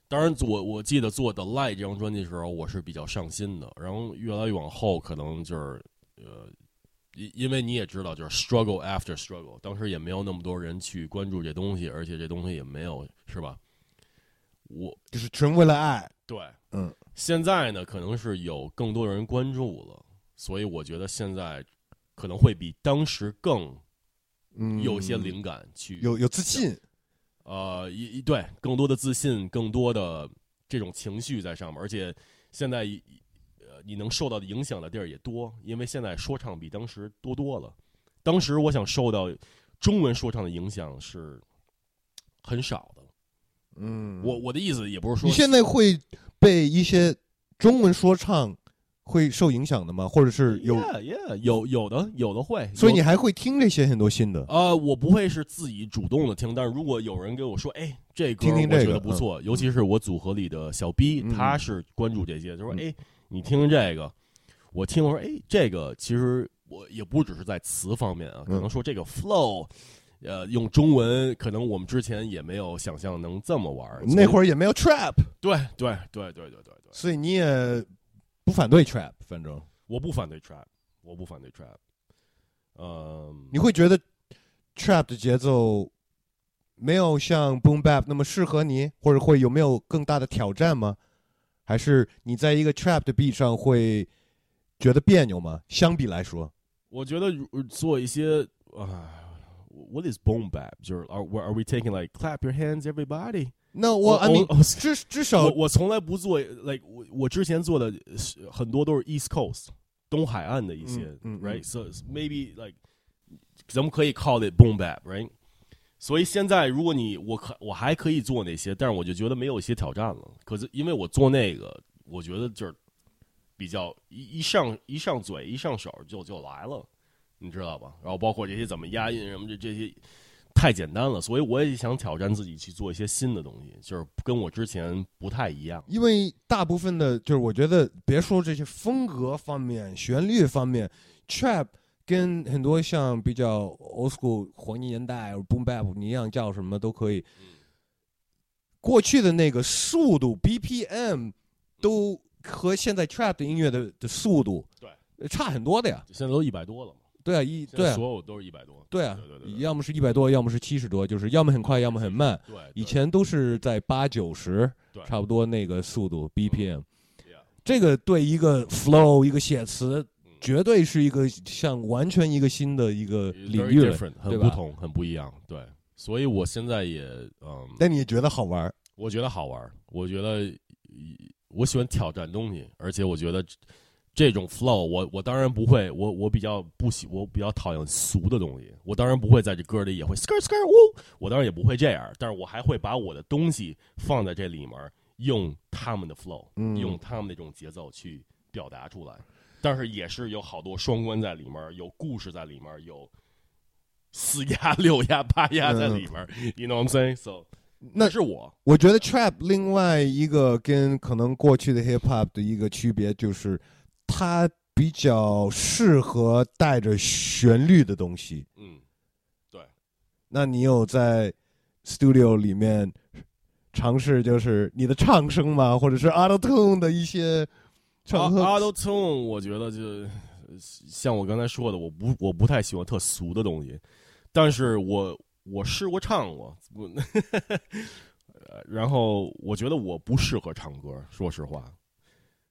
B: 当然我，我记得做《The Lie》这张专辑的时候，我是比较上心的。然后越来越往后，可能就是呃，因因为你也知道，就是 struggle after struggle，当时也没有那么多人去关注这东西，而且这东西也没有是吧？我
A: 就是纯为了爱，
B: 对，
A: 嗯，
B: 现在呢，可能是有更多人关注了，所以我觉得现在可能会比当时更
A: 嗯，
B: 有些灵感去，
A: 有有自信，
B: 呃，一一对更多的自信，更多的这种情绪在上面，而且现在一呃，你能受到的影响的地儿也多，因为现在说唱比当时多多了。当时我想受到中文说唱的影响是很少的，
A: 嗯，
B: 我我的意思也不是说
A: 你现在会被一些中文说唱会受影响的吗？或者是有
B: Yeah, yeah，有有的有的会，
A: 所以
B: 有
A: 你还会听这些很多新的？
B: 呃，我不会是自己主动的听，但是如果有人给我说，哎，这歌
A: 听听
B: 我
A: 这
B: 觉
A: 个
B: 得不错，尤其是我组合里的小 B，、
A: 嗯
B: 他是关注这些，就说，
A: 嗯
B: 哎，你听听这个，我听我说，哎，这个其实我也不只是在词方面啊，
A: 嗯
B: 可能说这个 flow，呃，用中文可能我们之前也没有想象能这么玩儿，
A: 那
B: 儿
A: 会儿也没有 trap，
B: 对对对对对对对，
A: 所以你也不反对 trap，反正
B: 我不反对 trap，我不反对 trap，嗯，
A: 你会觉得 trap 的节奏没有像 boom bap 那么适合你，或者会有没有更大的挑战吗？还是你在一个 trap 的 beat 上会觉得别扭吗？相比来说，
B: 我觉得如做一些啊、w h a t is boom bap？就是 are are we taking like clap your hands everybody？
A: 那我 I mean
B: 我
A: 至至
B: 我
A: 少
B: 我从来不做，like 我我之前做的是很多都是 East Coast 东海岸的一些、
A: 嗯嗯
B: r i g h t So it's maybe like 咱们可以 call it boom bap，right？所以现在如果你我可我还可以做那些，但是我就觉得没有一些挑战了。可是因为我做那个，我觉得就是比较一一上一上嘴一上手就就来了，你知道吧？然后包括这些怎么押韵什么这这些太简单了，所以我也想挑战自己去做一些新的东西，就是跟我之前不太一样。
A: 因为大部分的，就是我觉得别说这些风格方面、旋律方面，trap 跟很多像比较 old school 黄金年代 boom bap 你一样叫什么都可以。过去的那个速度 BPM 都和现在 trap 的音乐的的速度
B: 对
A: 呃差很多的呀。
B: 现在都一百多了嘛，
A: 对啊，一
B: 现在
A: 对啊，
B: 所有都是一百多。
A: 对啊
B: 对对对对，
A: 要么是一百多，要么是七十多，就是要么很快，要么很慢。
B: 对，对
A: 以前都是在八九十
B: 对，嗯
A: 差不多那个速度 BPM。
B: Yeah，
A: 这个对一个 flow 一个写词，
B: 嗯
A: 绝对是一个像完全一个新的一个
B: It's
A: 领
B: very
A: 域了。
B: different，
A: 对
B: 很
A: 吧
B: 不同，很不一样。对，所以我现在也嗯，
A: 但你也觉得好玩儿？
B: 我觉得好玩儿，我觉得呃我喜欢挑战东西，而且我觉得这这种 flow，我我当然不会，我我比较不喜，我比较讨厌俗的东西，我当然不会在这歌里也会 skr skr 呜，我当然也不会这样，但是我还会把我的东西放在这里面儿，用他们的 flow，、
A: 嗯
B: 用他们那种节奏去表达出来，但是也是有好多双关在里面儿，有故事在里面儿，有。四压、六压、八压在里面儿、y o u know what I'm saying? So，
A: 嗯那
B: 是我，
A: 我觉得 trap 另外一个跟可能过去的 hip hop 的一个区别就是，它比较适合带着旋律的东西。
B: 嗯，
A: 那你有在 studio 里面尝试就是你的唱声吗？或者是 auto tune 的一些唱和？
B: Auto Tune，我啊觉得就呃像我刚才说的，我不我不太喜欢特俗的东西，但是我我试过唱过， 我呃然后我觉得我不适合唱歌，说实话，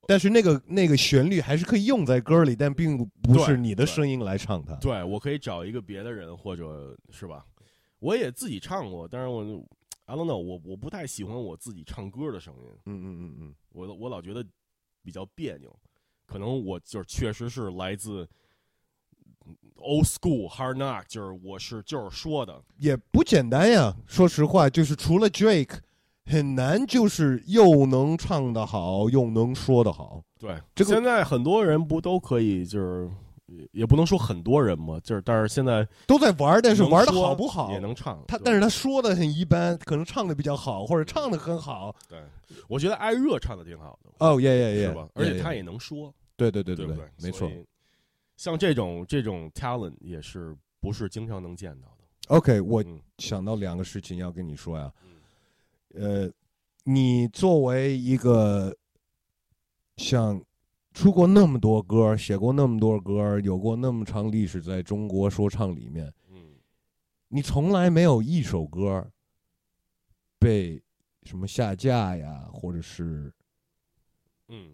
A: 但是那个那个旋律还是可以用在歌里，但并不是
B: 对
A: 你的声音来唱它。
B: 对我可以找一个别的人，或者是吧，我也自己唱过，但是我 I don't know，我我不太喜欢我自己唱歌的声音，
A: 嗯嗯嗯嗯，
B: 我我老觉得比较别扭，可能我就是确实是来自 old school hard knock，就是我是就是说的，
A: 也不简单呀。说实话，就是除了 Drake，很难就是又能唱得好，又能说得好。
B: 对，
A: 这个
B: 现在很多人不都可以就是。也也不能说很多人嘛，就是但是现在
A: 都在玩，但是
B: 能
A: 玩的
B: 说
A: 好不好
B: 也？能唱。
A: 他
B: 对
A: 但是他说的很一般，可能唱的比较好，或者唱的很好。
B: 对，我觉得艾热唱的挺好的，
A: 哦，耶耶耶，
B: 是吧？而
A: yeah,
B: 且
A: yeah
B: 他也能说，
A: 对对对
B: 对不
A: 对，没错
B: 所。以像这种这种 talent 也是不是经常能见到的。
A: OK，我
B: 嗯
A: 想到两个事情要跟你说呀。
B: 嗯
A: 呃，你作为一个像出过那么多歌儿、写过那么多歌儿、有过那么长历史在中国说唱里面，
B: 嗯，
A: 你从来没有一首歌儿被什么下架呀，或者是
B: 嗯，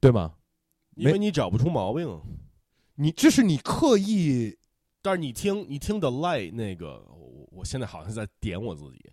A: 对吗？
B: 因为你找不出毛病啊。
A: 你这是你刻意
B: 但是你听你听的 lie 那个，我我现在好像在点我自己。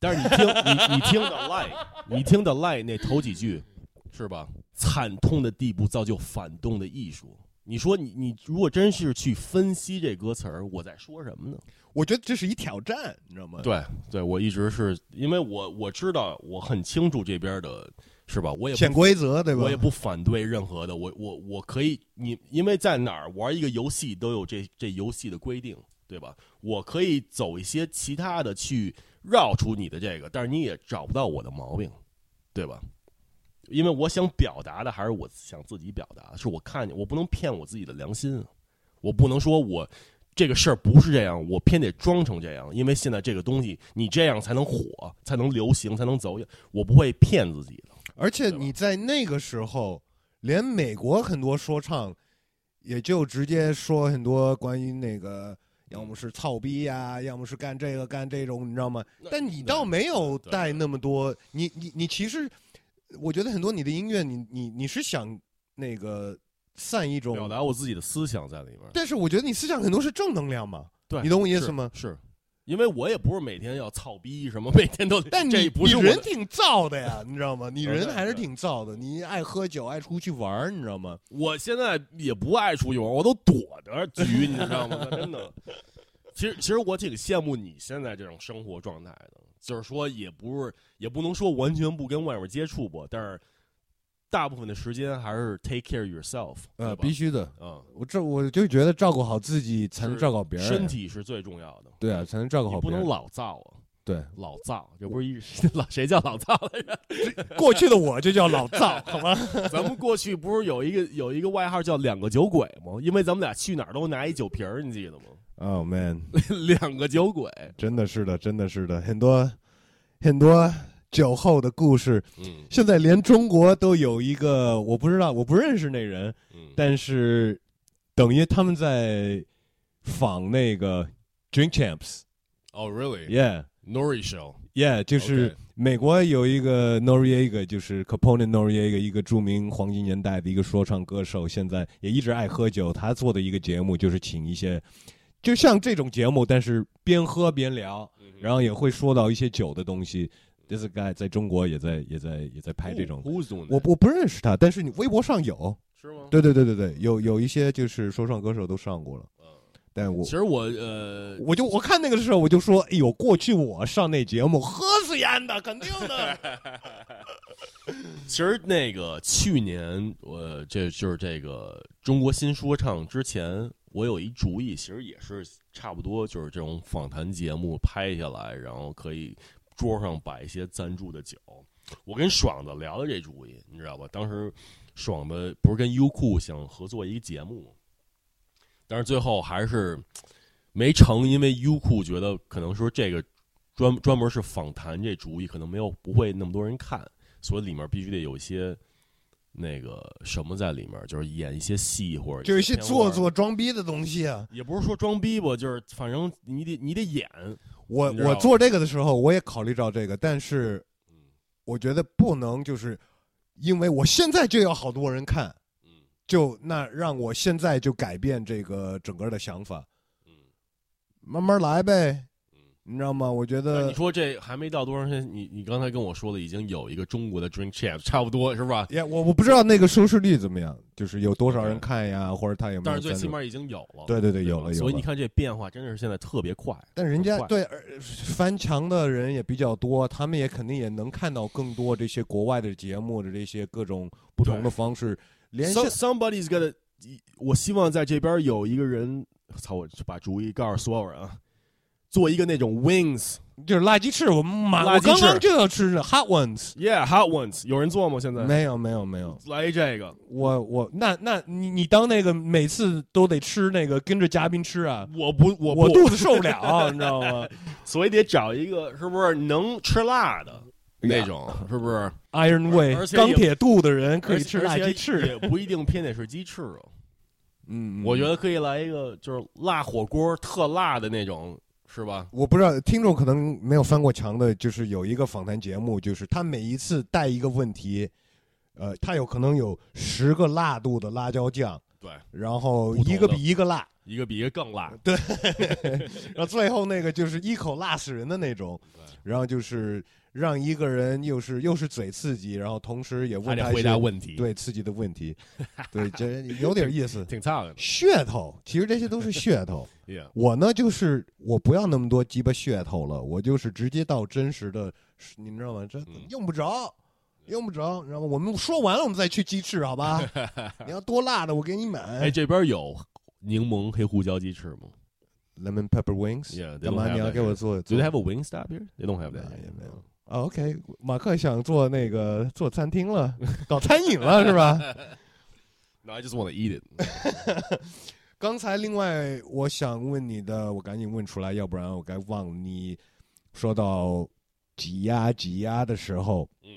B: 但是你听你你听的 lie，你听的 lie 那头几句是吧？惨痛的地步造就反动的艺术。你说你你如果真是去分析这歌词儿，我在说什么呢？
A: 我觉得这是一挑战，你知道吗？
B: 对对，我一直是因为我我知道我很清楚这边的是吧？我也不
A: 潜规则，对吧？
B: 我也不反对任何的，我我我可以，你因为在哪儿玩一个游戏都有这这游戏的规定，对吧？我可以走一些其他的去绕出你的这个，但是你也找不到我的毛病，对吧？因为我想表达的还是我想自己表达的，是我看见我不能骗我自己的良心啊，我不能说我这个事儿不是这样，我偏得装成这样，因为现在这个东西你这样才能火，才能流行，才能走，我不会骗自己的。
A: 而且
B: 对吧
A: 你在那个时候，连美国很多说唱，也就直接说很多关于那个，要么是操逼呀、要么是干这个干这种，你知道吗？
B: 嗯那
A: 但你
B: 对
A: 倒没有
B: 对
A: 带那么多，你你你其实，我觉得很多你的音乐，你你你是想那个散一
B: 表
A: 种，
B: 达我自己的思想在里面。
A: 但是我觉得你思想很多是正能量嘛，
B: 对
A: 你懂我意思吗？
B: 是，因为我也不是每天要操逼什么， 每天都
C: 但
B: 这
C: 你
B: 不是
C: 你
B: 我
C: 人
B: 的
C: 挺燥的呀，你知道吗？你
B: 对
C: 人
B: 对
C: 还是挺燥的，你爱喝酒，爱出去玩儿，你知道吗？
B: 我现在也不爱出去玩，我都躲着局，你知道吗？真的。其实，其实我挺羡慕你现在这种生活状态的，就是说，也不是，也不能说完全不跟外面接触吧，但是大部分的时间还是 take care yourself，
A: 呃，
B: 对
A: 必
B: 吧？
A: 须的。
B: 嗯，
A: 我这我就觉得照顾好自己才能
B: 是
A: 照顾好别人，
B: 身体是最重要的，
A: 对啊，才能照顾
B: 你
A: 好
B: 不
A: 别
B: 能
A: 人。
B: 老造啊，
A: 对，
B: 老造，这不是一 老谁叫老造来着？
C: 过去的我就叫老燥，好吗？
B: 咱们过去不是有一个有一个外号叫两个酒鬼吗？因为咱们俩去哪儿都拿一酒瓶儿，你记得吗？
A: Oh man，
B: 两个酒鬼，
A: 真的是的，真的是的，很多很多酒后的故事，
B: 嗯
A: 现在连中国都有一个，我不知道，我不认识那人，
B: 嗯，
A: 但是等于他们在仿那个 Drink Champs，Yeah
B: 哦、oh,，really Nori show，
A: Yeah，就是美国有一个 Noriega，就是 Capone Noriega，一个著名黄金年代的一个说唱歌手，现在也一直爱喝酒。他做的一个节目就是请一些，就像这种节目，但是边喝边聊，然后也会说到一些酒的东西。This guy 在中国也在也在也在拍这种，
B: Who's doing
A: 我我不认识他，但是你微博上有，
B: 是吗？
A: 对对对对对，有有一些就是说唱歌手都上过了，但我
B: 其实我呃，
A: 我就我看那个的时候，我就说，哎呦，过去我上那节目，
C: 喝死烟的，肯定的。
B: 其实那个去年我、这就是这个中国新说唱之前，我有一主意，其实也是差不多，就是这种访谈节目拍下来，然后可以桌上摆一些赞助的酒。我跟爽子聊的这主意，你知道吧？当时爽子不是跟优酷想合作一个节目吗，但是最后还是没成，因为优酷觉得可能说这个专专门是访谈这主意，可能没有不会那么多人看，所以里面必须得有一些那个什么在里面，就是演一些戏或者
C: 就是一
B: 些
C: 些
B: 片
C: 做
B: 花
C: 作装逼的东西啊！
B: 也不是说装逼吧，就是反正你得你得演，嗯
A: 我
B: 你知道
A: 我
B: 吗
A: 做这个的时候，我也考虑到这个，但是我觉得不能就是因为我现在就要好多人看，
B: 嗯
A: 就那让我现在就改变这个整个的想法，
B: 嗯
A: 慢慢来呗，
B: 嗯。
A: 你知道吗？我觉
B: 那
A: 得
B: 呃你说这还没到多长时间，你你刚才跟我说了，已经有一个中国的 Drink Champ，差不多是吧？
A: 也我我不知道那个收视率怎么样，就是有多少人
B: OK
A: 看呀，或者他有没有
B: 但是
A: 赞助？
B: 最起码已经有了，
A: 对对对，
B: 吧
A: 有了有了。
B: 所以你看这变化真的是现在特别快，
A: 但人家
B: 快
A: 对而翻墙的人也比较多，他们也肯定也能看到更多这些国外的节目的这些各种不同的方式。连线
B: Some, somebody's gonna，我希望在这边有一个人，操，我把主意告诉所有人啊，做一个那种 wings，yeah
A: 就是垃圾翅，我马
B: 垃圾
A: 我
B: 翅
A: 刚刚就要吃的 hot ones。
B: hot ones，有人做吗？现在
A: 没有没有没有，
B: 来这个，
A: 我我那那你你当那个每次都得吃那个跟着嘉宾吃啊，
B: 我不我
A: 我
B: 不
A: 肚子受不了，你知道 吗
B: 所以得找一个是不是能吃辣的那种，是不是？
A: ？Iron
B: 而
A: Way
B: 且也
A: 钢铁肚的人可
B: 而
A: 以
B: 且
A: 吃垃圾
B: 而且
A: 翅，
B: 也不一定偏得是鸡翅啊。
A: 嗯，嗯
B: 我觉得可以来一个就是辣火锅特辣的那种，是吧？
A: 我不知道听众可能没有翻过墙的，就是有一个访谈节目，就是他每一次带一个问题，呃，他有可能有十个辣度的辣椒酱，
B: 对，
A: 然后
B: 不同的
A: 一个比一个 辣，
B: 一个比一个更辣。
A: 然后最后那个就是一口辣死人的那种，然后就是让一个人又是又是嘴刺激，然后同时也
B: 还
A: 问
B: 得
A: 他
B: 回答
A: 一些
B: 问题，，
A: 对刺激的问题，对， 这有点意思。
B: 挺操的。
A: 噱头，其实这些都是噱头。
B: Yeah，
A: 我呢，就是我不要那么多鸡巴噱头了，我就是直接到真实的，你们知道吗？这
B: 嗯
A: 用不着，用不着，你知道吗？我们说完了，我们再去鸡翅，好 吧？你要多辣的，我给你
B: 哎，
A: 买。
B: 这边有柠檬黑胡椒鸡翅吗
A: Lemon pepper wings，
B: ？Yeah，they
A: 干
B: don't
A: 嘛
B: have
A: 你要
B: that
A: 给我做
B: shit？Do
A: 做
B: they have a wing stop here? They don't have that.
A: 哎
B: shit.
A: 呀没有啊？OK，马克想做那个做餐厅了， 搞餐饮了是 吧？
B: No, I just want to eat it.
A: 刚才另外我想问你的，我赶紧问出来，要不然我该忘了你。说到挤压挤压的时候，
B: 嗯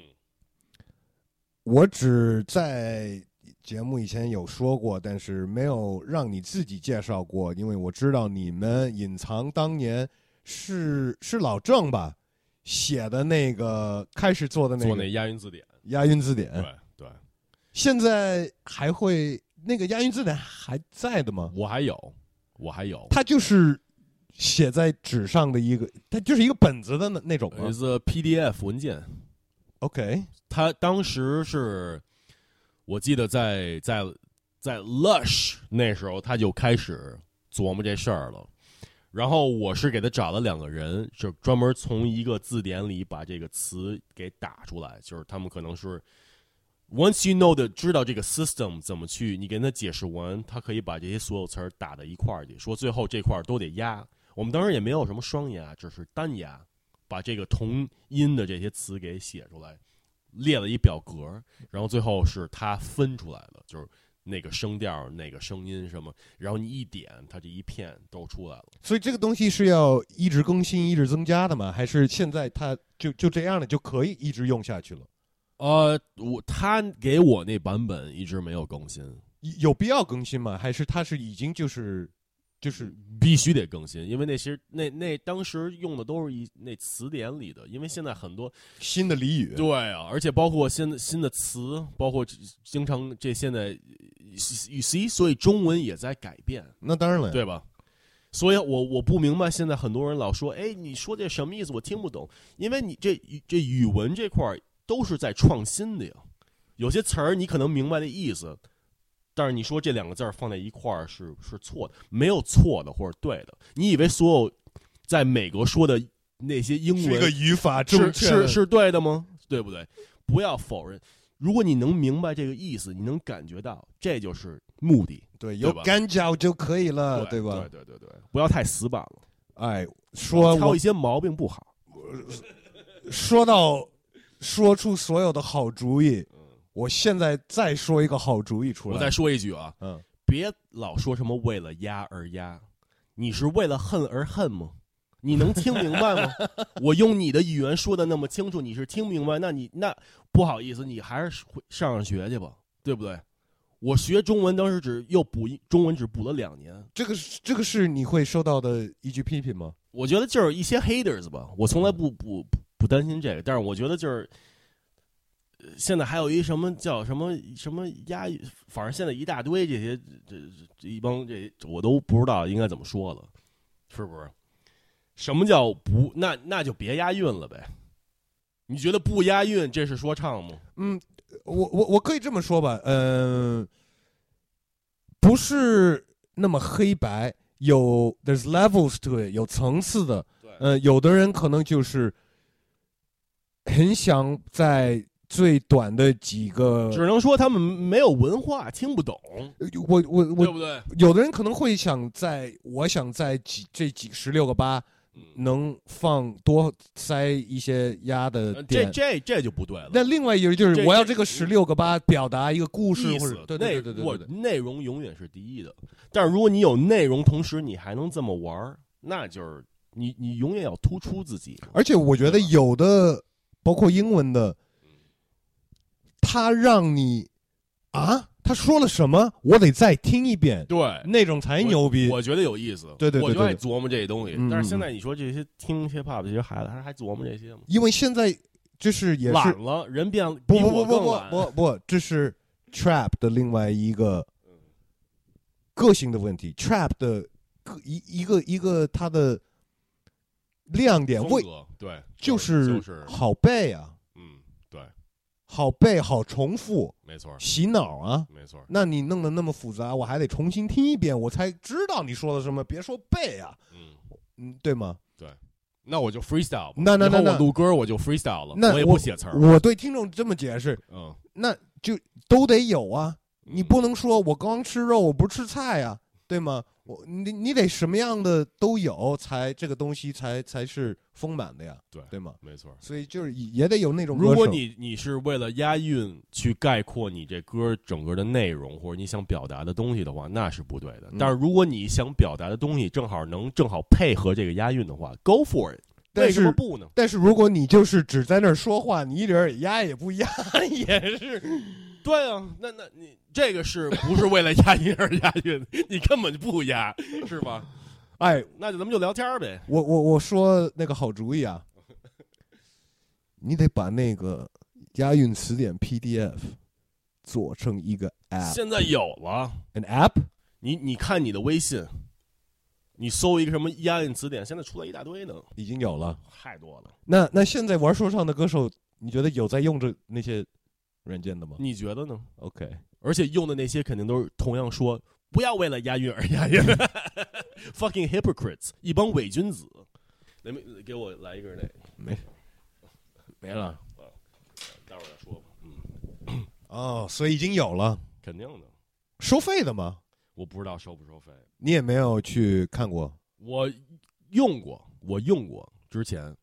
A: 我只在节目以前有说过，但是没有让你自己介绍过，因为我知道你们隐藏当年是是老郑吧写的那个开始做的那
B: 做
A: 个哎
B: 那押韵字典。
A: 押韵字典，
B: 对对，
A: 现在还会那个押韵字典还在的吗？
B: 我还有，我还有。
A: 它就是写在纸上的一个，它就是一个本子的那那种吗
B: 一个 PDF 文件，
A: ？OK，
B: 他当时是，我记得在在在 Lush 那时候他就开始琢磨这事儿了。然后我是给他找了两个人，就专门从一个字典里把这个词给打出来，就是他们可能是 once you know 的知道这个 system 怎么去，你跟他解释完，他可以把这些所有词儿打到一块儿去，说最后这块儿都得押。我们当时也没有什么双押，只是单押，把这个同音的这些词给写出来。列了一表格儿，然后最后是他分出来的，就是那个声调、那个声音什么，然后你一点，它这一片都出来了。
A: 所以这个东西是要一直更新、一直增加的吗？还是现在它就就这样了，就可以一直用下去了？
B: 呃，我他给我那版本一直没有更新，
A: 有有必要更新吗？还是它是已经就是就是
B: 必须得更新，因为那些那那当时用的都是一那词典里的，因为现在很多
A: 新的俚语？
B: 对啊，而且包括新的新的词，包括这经常这现在呃语系，所以中文也在改变。
A: 那当然了，
B: 对吧？所以我我不明白，现在很多人老说，哎，你说这什么意思？我听不懂，因为你这这语文这块儿都是在创新的呀。有些词儿你可能明白的意思，但是你说这两个字儿放在一块儿是是错的，没有错的或者对的。你以为所有在美国说的那些英
A: 是一
B: 文
A: 个语法正
B: 是
A: 确
B: 是
A: 的
B: 是对的吗？对不对？不要否认。如果你能明白这个意思，你能感觉到，这就是目的，
A: 对，有
B: 吧
A: 干脚就可以了，
B: 对
A: 呃吧？
B: 对对对对，不要太死板了。
A: 哎，说
B: 挑
A: 我
B: 一些毛病不好。
A: 说到说出所有的好主意，我现在再说一个好主意出
B: 嗯我
A: 来。
B: 再说一句啊，
A: 嗯，
B: 别老说什么为了压而压，你是为了恨而恨吗？你能听明白吗？ 我用你的语言说的那么清楚，你是听明白？那你那不好意思，你还是回上上学去吧，对不对？我学中文当时只又补一中文只补了两年，
A: 这个是这个是你会受到的一句批评吗？
B: 我觉得就是一些 haters 吧，我从来不不不不担心这个，但是我觉得就是，呃现在还有一什么叫什么什么压抑，反正现在一大堆这些这这这一帮这我都不知道应该怎么说了，是不是？什么叫不？那那就别押韵了呗。你觉得不押韵这是说唱吗？
A: 嗯，我我我可以这么说吧，嗯、不是那么黑白，有 there's levels to it，有层次的。
B: 对
A: 呃，有的人可能就是很想在最短的几个，
B: 只能说他们没有文化，听不懂，
A: 我我
B: 对
A: 我，
B: 不对？
A: 有的人可能会想在，我想在几这几十六个八
B: 嗯
A: 能放多塞一些压的
B: 呃这
A: 点。
B: 这这就不对了。
A: 那另外一个就是
B: 这，
A: 我要
B: 这
A: 这个十六个八表达一个故事
B: 意
A: 或
B: 思
A: 者，对对对
B: 内
A: 对
B: 我
A: 对对。
B: 内容永远是第一的。但是如果你有内容，同时你还能这么玩儿，那就是你你永远要突出自己。
A: 而且我觉得
B: 对吧
A: 有的，包括英文的，他让你啊，他说了什么，我得再听一遍，
B: 对，
A: 那种才牛逼。
B: 我觉得有意思。
A: 对对对
B: 我就
A: 对
B: 爱琢磨这些东西。
A: 嗯
B: 但是现在你说这些听 hiphop 这些孩子，他还琢磨这些吗？
A: 因为现在就是也是
B: 懒了，人变
A: 不
B: 比
A: 不不
B: 我更
A: 不
B: 懒
A: 不不不，这是 trap 的另外一个
B: 嗯
A: 个性的问题。trap 的个一一个一个它的亮点
B: 风
A: 为
B: 格对，
A: 就
B: 就是是
A: 好背啊，
B: 嗯，
A: 好背好重复
B: 没错儿
A: 洗脑啊。
B: 没错儿。
A: 那你弄得那么复杂，我还得重新听一遍，我才知道你说的什么。别说背啊，
B: 嗯，
A: 嗯，对吗？
B: 那我就 freestyle 吧。
A: 那那那
B: 以后我
A: 那
B: 录歌我就 freestyle 了，
A: 那
B: 我也不写词儿。
A: 我对听众这么解释，
B: 嗯，
A: 那就都得有啊。你
B: 嗯
A: 不能说我刚吃肉，我不吃菜呀、对吗？我你你得什么样的都有，才这个东西才才是丰满的呀，
B: 对
A: 对吗？
B: 没错儿。
A: 所以就是也得有那种歌手。
B: 如果你你是为了押韵去概括你这歌整个的内容或者你想表达的东西的话，那是不对的
A: 嗯。
B: 但是如果你想表达的东西正好能正好配合这个押韵的话，Go for it，
A: 但
B: 为什么
A: 是
B: 不呢？
A: 但是如果你就是只在那儿说话，你一点儿也压也不压， 也是
B: 对啊，那那你这个是不是为了押韵而押 韵？你根本就不押，是吧？
A: 哎，
B: 那就咱们就聊天儿呗。
A: 我我我说那个好主意啊，你得把那个押韵词典 PDF 做成啊一个 app，
B: 现在有了，
A: an app。
B: 你你看你的微信，你搜一个什么押韵词典，现在出来一大堆呢，
A: 已经有了。
B: 太多了。
A: 那那现在玩说唱的歌手，你觉得有在用这那些软件的吗
B: 你觉得呢？
A: ？OK，
B: 而且用的那些肯定都是同样说，不要为了押韵而押韵 ，fucking hypocrites，一帮伪君子。来，给我来一根那个，
C: 没了。
B: 待会儿再说吧。嗯，
A: 哦，所以已经有了，
B: 肯定的，
A: 收费的吗？
B: 我不知道收不收费，
A: 你也没有去看过，
B: 我用过，我用过之前，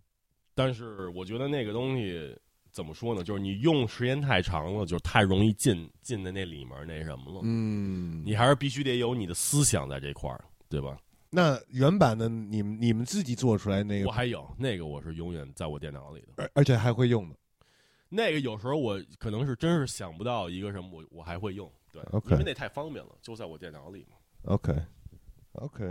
B: 但是我觉得那个东西怎么说呢？就是你用时间太长了，就太容易进进在那里面那什么了。
A: 嗯，
B: 你还是必须得有你的思想在这块儿，对吧？
A: 那原版的你们你们自己做出来那
B: 我
A: 个，
B: 还有那个，我是永远在我电脑里的。
A: 而而且还会用的，
B: 那个有时候我可能是真是想不到一个什么，我我还会用，对
A: OK
B: 因为那太方便了，就在我电脑里嘛。
A: OK，OK，、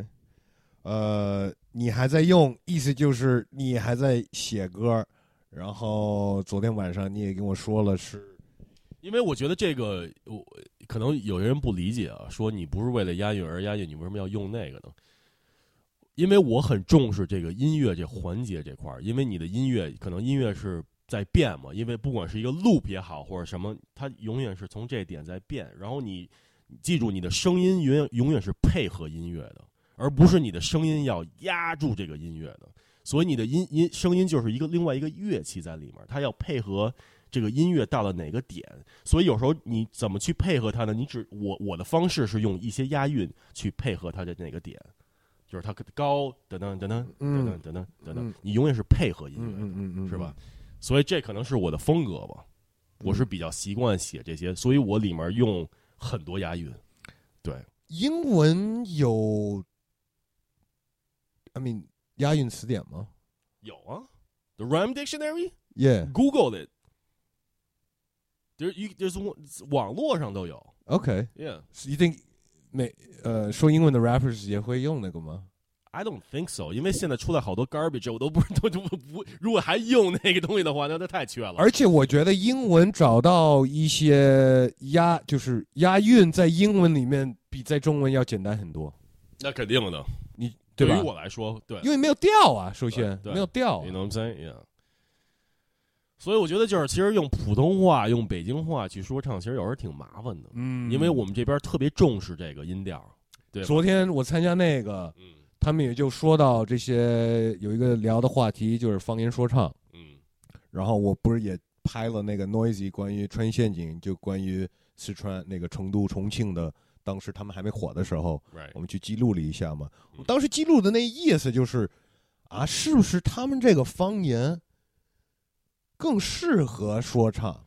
A: 呃，你还在用，意思就是你还在写歌，然后昨天晚上你也跟我说了是，
B: 因为我觉得这个，我可能有些人不理解啊，说你不是为了押韵而押韵，你为什么要用那个呢？因为我很重视这个音乐这环节这块儿，因为你的音乐可能音乐是在变嘛，因为不管是一个 loop 也好或者什么，它永远是从这点在变。然后你记住，你的声音永远永远是配合音乐的，而不是你的声音要压住这个音乐的。所以你的音音声音就是一个另外一个乐器在里面，它要配合这个音乐到了哪个点。所以有时候你怎么去配合它呢？你只我我的方式是用一些押韵去配合它的哪个点，就是它高等等等等等等等等等
A: 嗯，
B: 你永远是配合音乐的。
A: 嗯嗯
B: 是吧？？所以这可能是我的风格吧，我是比较习惯写这些，所以我里面用很多押韵。
A: 英文有，I mean 押韵词典吗
B: 有啊，The Rhyme Dictionary
A: ？Yeah，OK，、
B: Googled it。There, you, there's one, 网络上都有，Yeah。
A: 一定美呃说英文的 rappers 也会用那个吗？
B: I don't think so，因为现在出来好多 garbage，我都不都都不不，如果还用那个东西的话，那那太缺了。
A: 而且我觉得英文找到一些押，就是押韵在英文里面比在中文要简单很多，
B: 那肯定的，
A: 你对
B: 对
A: 吧
B: 于？我来说，对，
A: 因为没有调啊，首先
B: 对对
A: 没有调啊、
B: You know what I'm saying? Yeah. 所以我觉得就是，其实用普通话、用北京话去说唱，其实有时候挺麻烦的，
A: 嗯
B: 因为我们这边特别重视这个音调。对吧
A: 昨天我参加那个，
B: 嗯
A: 他们也就说到这些，有一个聊的话题就是方言说唱，
B: 嗯
A: 然后我不是也拍了那个 Noisy 关于穿陷阱，就关于四川那个成都、重庆的，当时他们还没火的时候，
B: ，Right，
A: 我们去记录了一下嘛。
B: 嗯
A: 我当时记录的那意思就是，啊，是不是他们这个方言更适合说唱？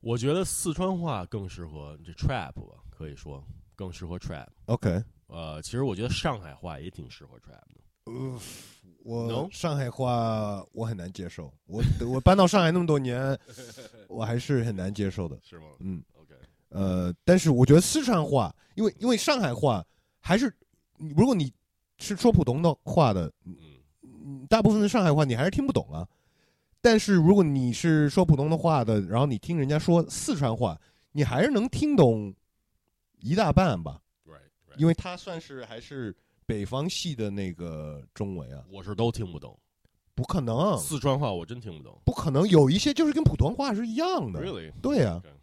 B: 我觉得四川话更适合这 trap 吧，可以说更适合 trap。
A: OK，
B: 呃，其实我觉得上海话也挺适合 trap 的。
A: 呃，
B: No？
A: 我上海话我很难接受，我我搬到上海那么多年，我还是很难接受的。
B: 是吗
A: 嗯，
B: ？OK，
A: 呃，但是我觉得四川话，因为因为上海话还是，你如果你是说普通的话的，
B: 嗯
A: 嗯大部分的上海话你还是听不懂啊。但是如果你是说普通的话的，然后你听人家说四川话，你还是能听懂一大半吧，
B: ，Right，Right，
A: 因为它算是还是北方系的那个中文啊，
B: 我是都听不懂，
A: 不可能，
B: 四川话我真听不懂。
A: 不可能，有一些就是跟普通话是一样的。
B: Really？
A: 对啊
B: OK，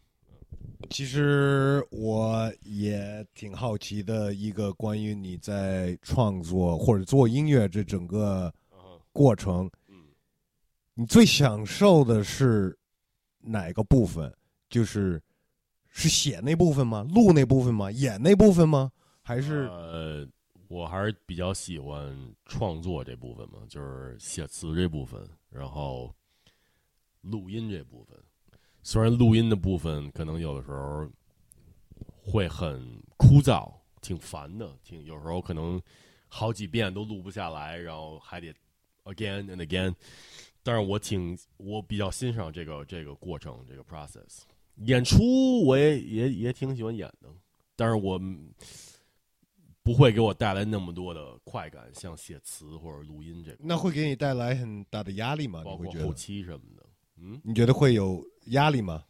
A: 其实我也挺好奇的一个关于你在创作或者做音乐这整个
B: 嗯哼
A: 过程，
B: 嗯
A: 你最享受的是哪个部分？就是是写那部分吗？录那部分吗？演那部分吗？还是
B: 呃，我还是比较喜欢创作这部分嘛，就是写词这部分，然后录音这部分。虽然录音的部分可能有的时候会很枯燥，挺烦的，挺有时候可能好几遍都录不下来，然后还得 again and again。但是我挺我比较欣赏这个这个过程，这个 process。演出我也也也挺喜欢演的，但是我不会给我带来那么多的快感，像写词或者录音这个，
A: 那会给你带啊来很大的压力吗？你
B: 包
A: 会
B: 括
A: 觉
B: 后
A: 得？
B: 期什么的。嗯，
A: 你觉得会有压力吗？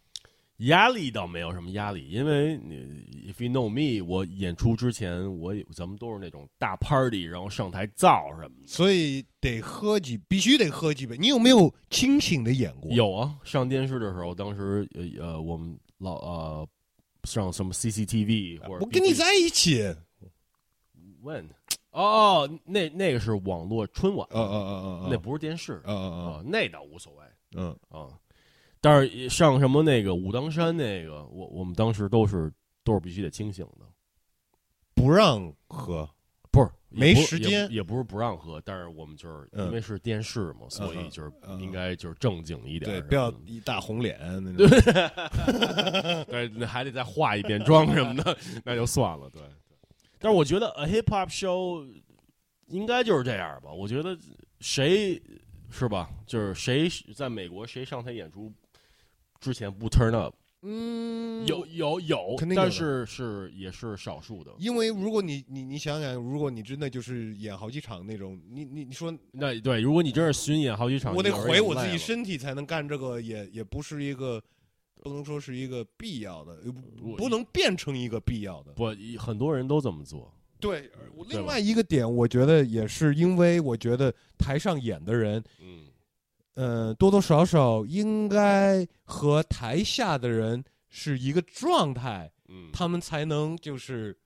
B: 压力倒没有什么压力，因为你 if you know me，我演出之前我也咱们都是那种大 party，然后上台造什么的。
A: 所以得喝几，必须得喝几杯。你有没有清醒的演过？
B: 有啊，上电视的时候，当时呃呃我们老呃上什么 CCTV 或者
A: 啊我跟你在一起。
B: 问哦，那那个是网络春晚，
A: 嗯嗯嗯嗯，
B: 那不是电视
A: 嗯
B: 啊
A: 嗯，
B: 那倒无所谓。
A: 嗯
B: 啊。但是上什么那个武当山那个，我我们当时都是都是必须得清醒的，
A: 不让喝。
B: 不是也
A: 没
B: 不
A: 时间
B: 也，也不是不让喝，但是我们就是
A: 嗯
B: 因为是电视嘛，所以就是
A: 嗯嗯
B: 应该就是正经一点，嗯
A: 对，
B: 是吧
A: 不要一大红脸那种。
B: 对，那还得再化一遍妆什么的，那就算了。对，对但是我觉得 a hip hop show 应该就是这样吧。我觉得谁是吧，就是谁在美国谁上台演出之前不 turn up，
A: 嗯，
B: 有有有
A: 肯定，有的
B: 但是是也是少数的。
A: 因为如果你你你想想，如果你真的就是演好几场那种，你你你说
B: 那对，如果你真是巡演好几场，
A: 我得
B: 你有人
A: 毁
B: 也
A: 我自
B: 累
A: 己
B: 了
A: 身体才能干这个，也也不是一个，不能说是一个必要的，呃不
B: 我
A: 不能变成一个必要的。
B: 不，很多人都这么做。
A: 对，而我
B: 对
A: 另
B: 吧
A: 外一个点，我觉得也是因为我觉得台上演的人，
B: 嗯，
A: 呃，多多少少应该和台下的人是一个状态，
B: 嗯，
A: 他们才能就是，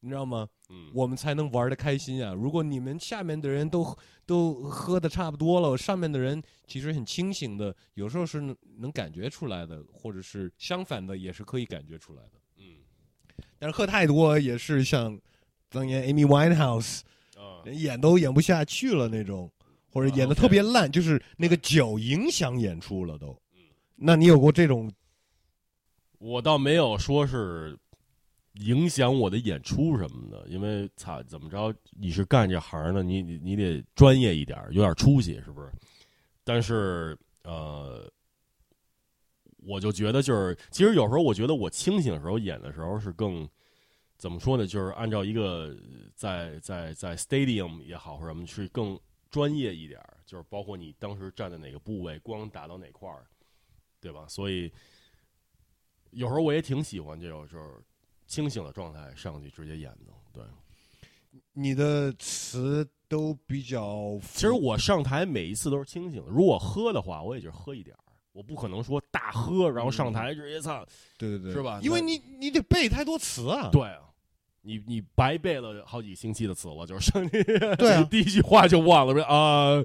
A: 你知道吗？
B: 嗯
A: 我们才能玩的开心啊！如果你们下面的人都都喝的差不多了，上面的人其实很清醒的，有时候是能能感觉出来的，或者是相反的，也是可以感觉出来的。
B: 嗯
A: 但是喝太多也是像当年 Amy Winehouse
B: 啊
A: 人演都演不下去了那种，或者
B: 啊
A: 演的
B: OK
A: 特别烂，就是那个酒影响演出了都。
B: 嗯
A: 那你有过这种
B: 我倒没有说是影响我的演出什么的，因为操，怎么着，你是干这行的，你你你得专业一点儿，有点出息，是不是？但是呃，我就觉得就是，其实有时候我觉得我清醒的时候演的时候是更。怎么说呢？就是按照一个在在在 stadium 也好或者什么，是更专业一点儿，就是包括你当时站在哪个部位，光打到哪块儿，对吧？所以有时候我也挺喜欢这种就是清醒的状态上去直接演的。对，
A: 你的词都比较
B: 其实我上台每一次都是清醒的，如果喝的话，我也就喝一点儿。我不可能说大喝，然后上台直接唱，
A: 对对对
B: 是吧
A: 因为
B: 那
A: 你你得背太多词啊。
B: 对啊，你你白背了好几星期的词了，就是上去，
A: 对啊
B: 第一句话就忘了，说啊、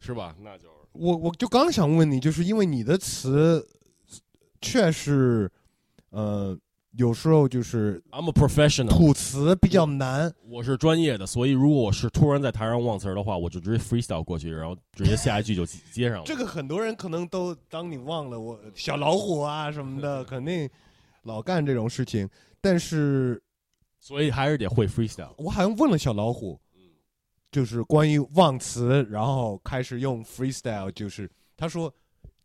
B: 是吧？那就是
A: 我我就刚想问你，就是因为你的词确实，呃，有时候就是
B: I'm a professional，
A: 吐词比较难。
B: 我是专业的，所以如果我是突然在台上忘词儿的话，我就直接 freestyle 过去，然后直接下一句就接接上了。
A: 这个很多人可能都当你忘了我小老虎啊什么 的，肯定老干这种事情。但是
B: 所以还是得会 freestyle。
A: 我好像问了小老虎，就是关于忘词，然后开始用 freestyle，就是他说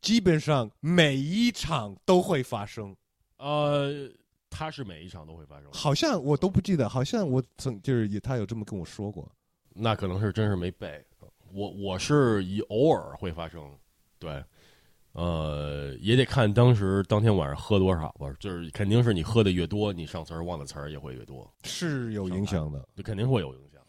A: 基本上每一场都会发生。
B: 呃，它是每一场都会发生。
A: 好像我都不记得，好像我曾就是也他有这么跟我说过。
B: 那可能是真是没背。我我是以偶尔会发生，对，呃，也得看当时当天晚上喝多少吧，就是肯定是你喝的越多，你上词儿忘的词儿也会越多，
A: 是有影响的。
B: 就肯定会有影响，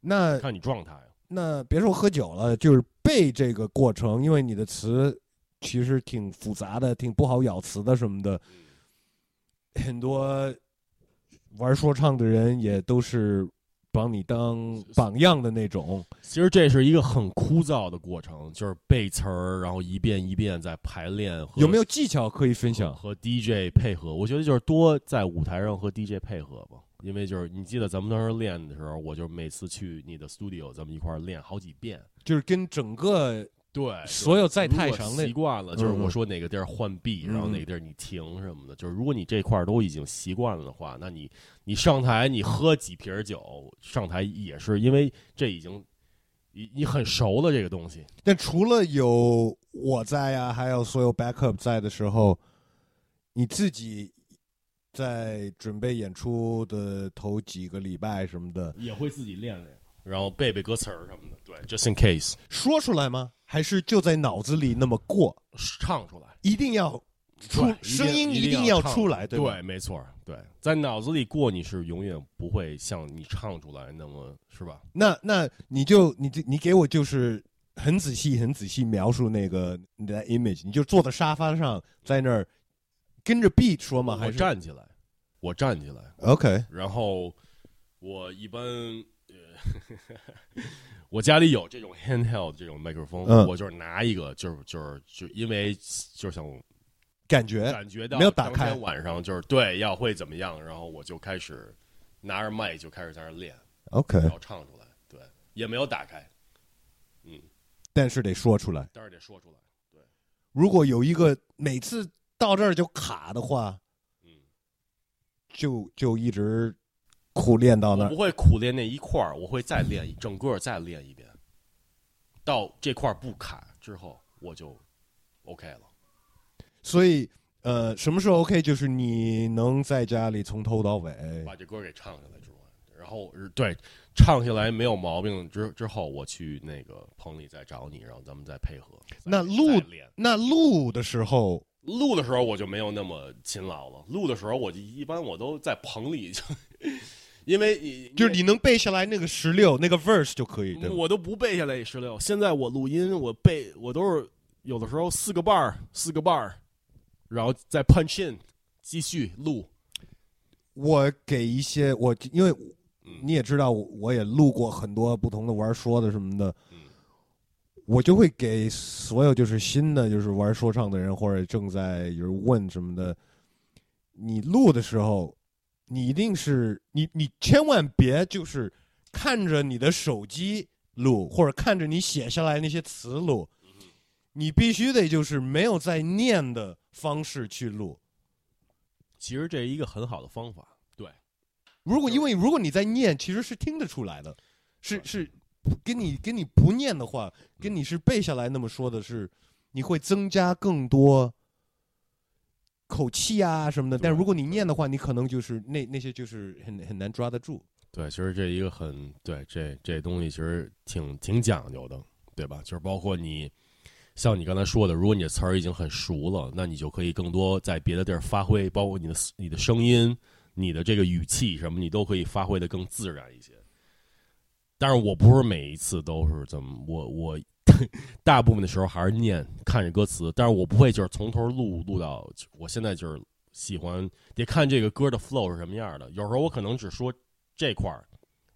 A: 那
B: 看你状态。啊
A: 那别说喝酒了，就是背这个过程，因为你的词其实挺复杂的，挺不好咬词的什么的。很多玩说唱的人也都是把你当榜样的那种。
B: 其实这是一个很枯燥的过程，就是背词儿，然后一遍一遍在排练和。
A: 有没有技巧可以分享？
B: 和 DJ 配合，我觉得就是多在舞台上和 DJ 配合吧，因为就是你记得咱们当时练的时候，我就每次去你的 studio，咱们一块儿练好几遍。
A: 就是跟整个
B: 对，
A: 所有在太上
B: 习
A: 的，
B: 惯了，就是
A: 嗯嗯
B: 我说哪个地儿换币，
A: 嗯
B: 然后哪个地儿你停什么的，就是如果你这块儿都已经习惯了的话，那你你上台你喝几瓶儿酒上台也是因为这已经你你很熟了这个东西，
A: 但除了有我在呀、还有所有 backup 在的时候，你自己在准备演出的头几个礼拜什么的，
B: 也会自己练练，然后背背歌词儿什么的，对，just in case
A: 说出来吗？还是就在脑子里那么过？
B: 唱出来。
A: 一定要
D: 出
B: 对
D: 声音
B: 一
D: 一
B: 定
D: 定
B: 要
D: 要
B: 唱
D: 出来，吧？
B: 对，没错儿，对，在脑子里过你是永远不会像你唱出来那么是吧？
A: 那那你就你就你给我就是很仔细很仔细描述那个你的 image，你就坐在沙发上在那儿跟着 beat 说吗？
B: 我
A: 还是
B: 站起来，我站起来，
A: OK
B: 然后我一般呃， 我家里有这种 handheld 这种麦克风，
A: 嗯
B: 我就是拿一个，就是就是就因为就是想
A: 感觉
B: 感觉到
A: 哎没有打
B: 当天
A: 开
B: 晚上就是对要会怎么样，然后我就开始拿着麦就开始在那儿练，
A: OK，
B: 然后唱出来，对，也没有打开，嗯，
A: 但是得说出来。
B: 但是得说出来，
A: 如果有一个每次到这儿就卡的话，
B: 嗯。
A: 就就一直苦练到那
B: 我
A: 儿
B: 不。会苦练那一块儿，我会再练一整个儿再练一遍，到这块儿不卡之后，我就 OK 了。
A: 所以呃，什么时候 OK？就是你能在家里从头到尾。
B: 把这歌给唱下来之外，然后是对唱下来没有毛病之之后，我去那个棚里再找你，然后咱们再配合。
A: 那
B: 再
A: 录
B: 再练
A: 那录的时候，
B: 录的时候我就没有那么勤劳了，录的时候我就一般我都在棚里就， 因为你
A: 就是你能背下来那个十六那个 verse 就可以，对吧？
B: 我都不背下来十六。现在我录音，我背我都是有的时候四个半儿，四个半儿，然后再 punch in，继续录。
A: 我给一些我，因为
B: 嗯
A: 你也知道，我我也录过很多不同的玩说的什么的，
B: 嗯
A: 我就会给所有就是新的就是玩说唱的人或者正在有人问什么的，你录的时候，你一定是你你千万别就是看着你的手机录，或者看着你写下来那些词录，
B: 嗯
A: 你必须得就是没有在念的方式去录。
B: 其实这是一个很好的方法。对，
A: 如果因为如果你在念，其实是听得出来的，是是跟你跟你不念的话，跟你是背下来那么说的是，你会增加更多口气啊什么的。
B: 对
A: 但如果你念的话，你可能就是那那些就是很很难抓得住。
B: 对，其实这一个很对，这这东西其实挺挺讲究的，对吧？就是包括你，像你刚才说的，如果你的词儿已经很熟了，那你就可以更多在别的地儿发挥，包括你的你的声音、你的这个语气什么，你都可以发挥的更自然一些。但是我不是每一次都是这么，我我 大部分的时候还是念看着歌词，但是我不会就是从头录录到，我现在就是喜欢得看这个歌的 flow 是什么样的。有时候我可能只说这块儿，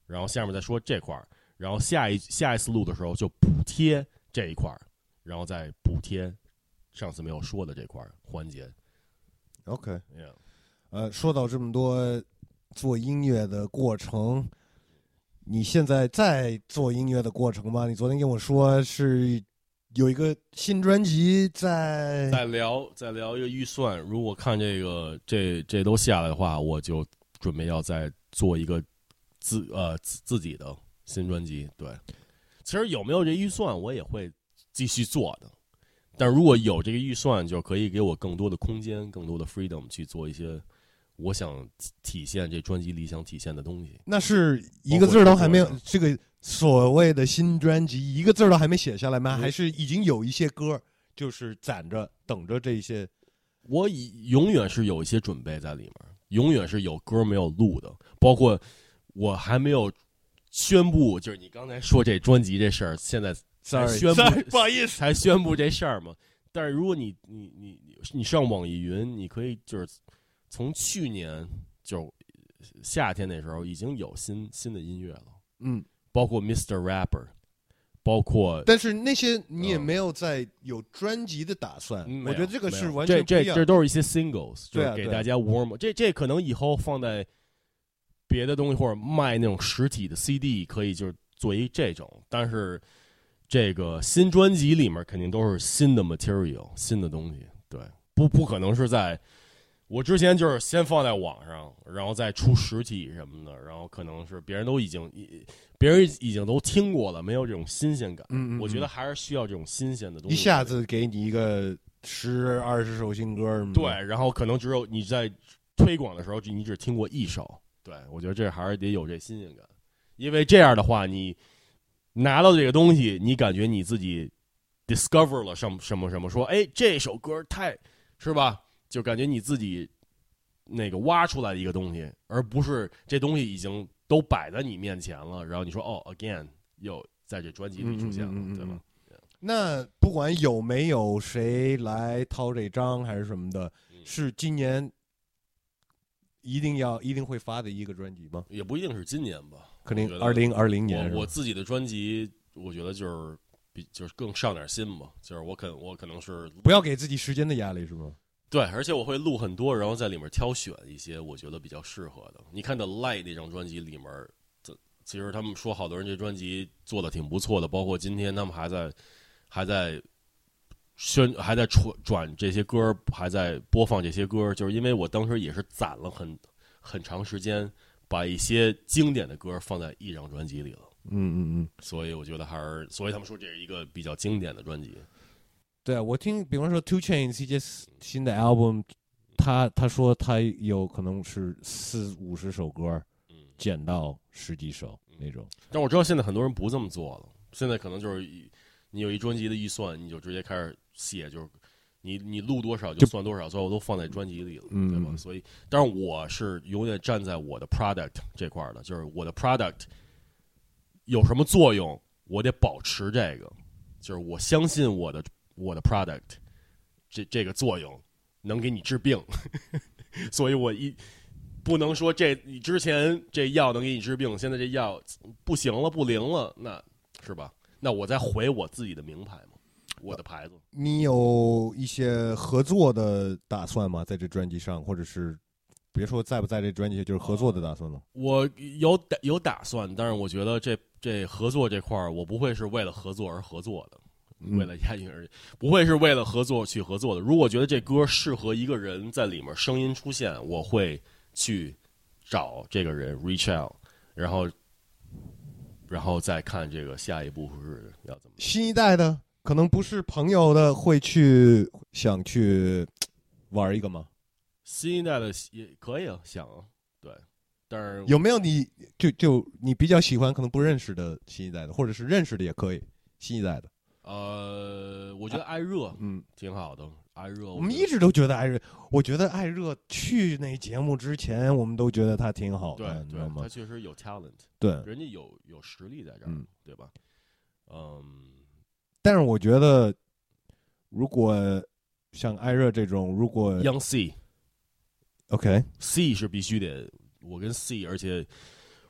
B: 然后下面再说这块儿，然后下一下一次录的时候就补贴这一块儿，然后再补贴上次没有说的这块儿环节。
A: OK，
B: Yeah
A: 呃，说到这么多做音乐的过程，你现在在做音乐的过程吗？你昨天跟我说是有一个新专辑在
B: 再聊再聊一个预算，如果看这个这这都下来的话，我就准备要再做一个自呃自自己的新专辑。对，其实有没有这预算，我也会继续做的。但如果有这个预算，就可以给我更多的空间，更多的 freedom 去做一些我想体现这专辑里想体现的东西。
A: 那是一个字儿都还没有
B: 包括，
A: 这个所谓的新专辑一个字儿都还没写下来吗？
B: 嗯
A: 还是已经有一些歌儿就是攒着等着这些？
B: 我以永远是有一些准备在里面，永远是有歌没有录的，包括我还没有宣布，就是你刚才说这专辑这事儿，现在才
A: Sorry，
B: 宣布
A: sorry，不好意思，
B: 才宣布这事儿嘛。但是如果你你你你你上网易云，你可以就是从去年就夏天那时候已经有新新的音乐了，
A: 嗯，
B: 包括 Mr. Rapper，包括
A: 但是那些你也
B: 嗯
A: 没有在有专辑的打算
B: 嗯，没
A: 我
B: 有
A: 觉得这个
B: 没
A: 是
B: 有
A: 完
B: 这
A: 全不
B: 这
A: 一
B: 这
A: 样。
B: 都是一些 singles，就
A: 对
B: 是
A: 啊
B: 给
A: 对啊
B: 大家 warm up。这这可能以后放在别的东西或者卖那种实体的 CD，可以就是做一这种。但是这个新专辑里面肯定都是新的 material，新的东西。对，不不可能是在我之前就是先放在网上，然后再出实体什么的，然后可能是别人都已经别人已经都听过了，没有这种新鲜感。
A: 嗯，嗯
B: 我觉得
A: 嗯
B: 还是需要这种新鲜的东西。
A: 一下子给你一个十二十首新歌儿什么的，
B: 对，然后可能只有你在推广的时候，你只听过一首。对我觉得这还是得有这新鲜感，因为这样的话，你拿到这个东西，你感觉你自己 discover 了什么什么什么，说哎，这首歌太是吧？就感觉你自己那个挖出来的一个东西，而不是这东西已经都摆在你面前了，然后你说哦，again 又在这专辑里出现
A: 嗯
B: 了，
A: 嗯嗯嗯
B: 对吧？
A: 那不管有没有谁来掏这张还是什么的，
B: 嗯
A: 是今年一定要一定会发的一个专辑吗？
B: 也不一定是今年吧，
A: 肯
B: 我觉
A: 定
B: 得
A: 二零二零年是
B: 我
A: 吧
B: 我自己的专辑，我觉得就是比就是更上点心吧，就是我肯我可能是
A: 不要给自己时间的压力是吗？
B: 对，而且我会录很多，然后在里面挑选一些我觉得比较适合的。你看的《Light》那张专辑里面，这其实他们说好多人这专辑做的挺不错的，包括今天他们还在还在宣还在传转这些歌，还在播放这些歌，就是因为我当时也是攒了很很长时间，把一些经典的歌放在一张专辑里了。
A: 嗯嗯嗯，
B: 所以我觉得还是，所以他们说这是一个比较经典的专辑。
A: 对啊我听，比方说 Two Chain CJ 新的 album，他他说他有可能是四五十首歌
B: 嗯，
A: 减到十几首那种。
B: 但我知道现在很多人不这么做了，现在可能就是一你有一专辑的预算，你就直接开始写，就是你你录多少就
A: 就
B: 算多少，所以我都放在专辑里了，
A: 嗯
B: 对吧？所以，但是我是永远站在我的 product 这块儿的，就是我的 product 有什么作用，我得保持这个，就是我相信我的我的 product 这这个作用能给你治病， 所以我一。不能说这你之前这药能给你治病，现在这药不行了，不灵了，那是吧？那我再回我自己的名牌嘛，我的牌子。
A: 你有一些合作的打算吗？在这专辑上，或者是别说在不在这专辑，就是合作的打算吗？
B: 我有打有打算，但是我觉得这这合作这块儿，我不会是为了合作而合作的，
A: 嗯
B: 为了押韵而不会是为了合作去合作的。如果觉得这歌适合一个人在里面声音出现，我会去找这个人 reach out，然后然后再看这个下一步是要怎么。
A: 新一代的可能不是朋友的，会去想去玩一个吗？
B: 新一代的也可以啊，想啊，对，但是
A: 有没有你就就你比较喜欢可能不认识的新一代的，或者是认识的也可以，新一代的。
B: 呃，我觉得艾热
A: 嗯，
B: 挺好的，艾热
A: 我们
B: 觉得
A: 一直都觉得艾热，我觉得艾热去那节目之前，我们都觉得他挺好
B: 对
A: 的，你知道
B: 对，
A: 吗
B: 他？确实有 talent，
A: 对，
B: 人家有有实力在这儿，
A: 嗯
B: 对吧？嗯，
A: 但是我觉得，如果像艾热这种，如果
B: Young C
A: OK，
B: C 是必须得，我跟 C，而且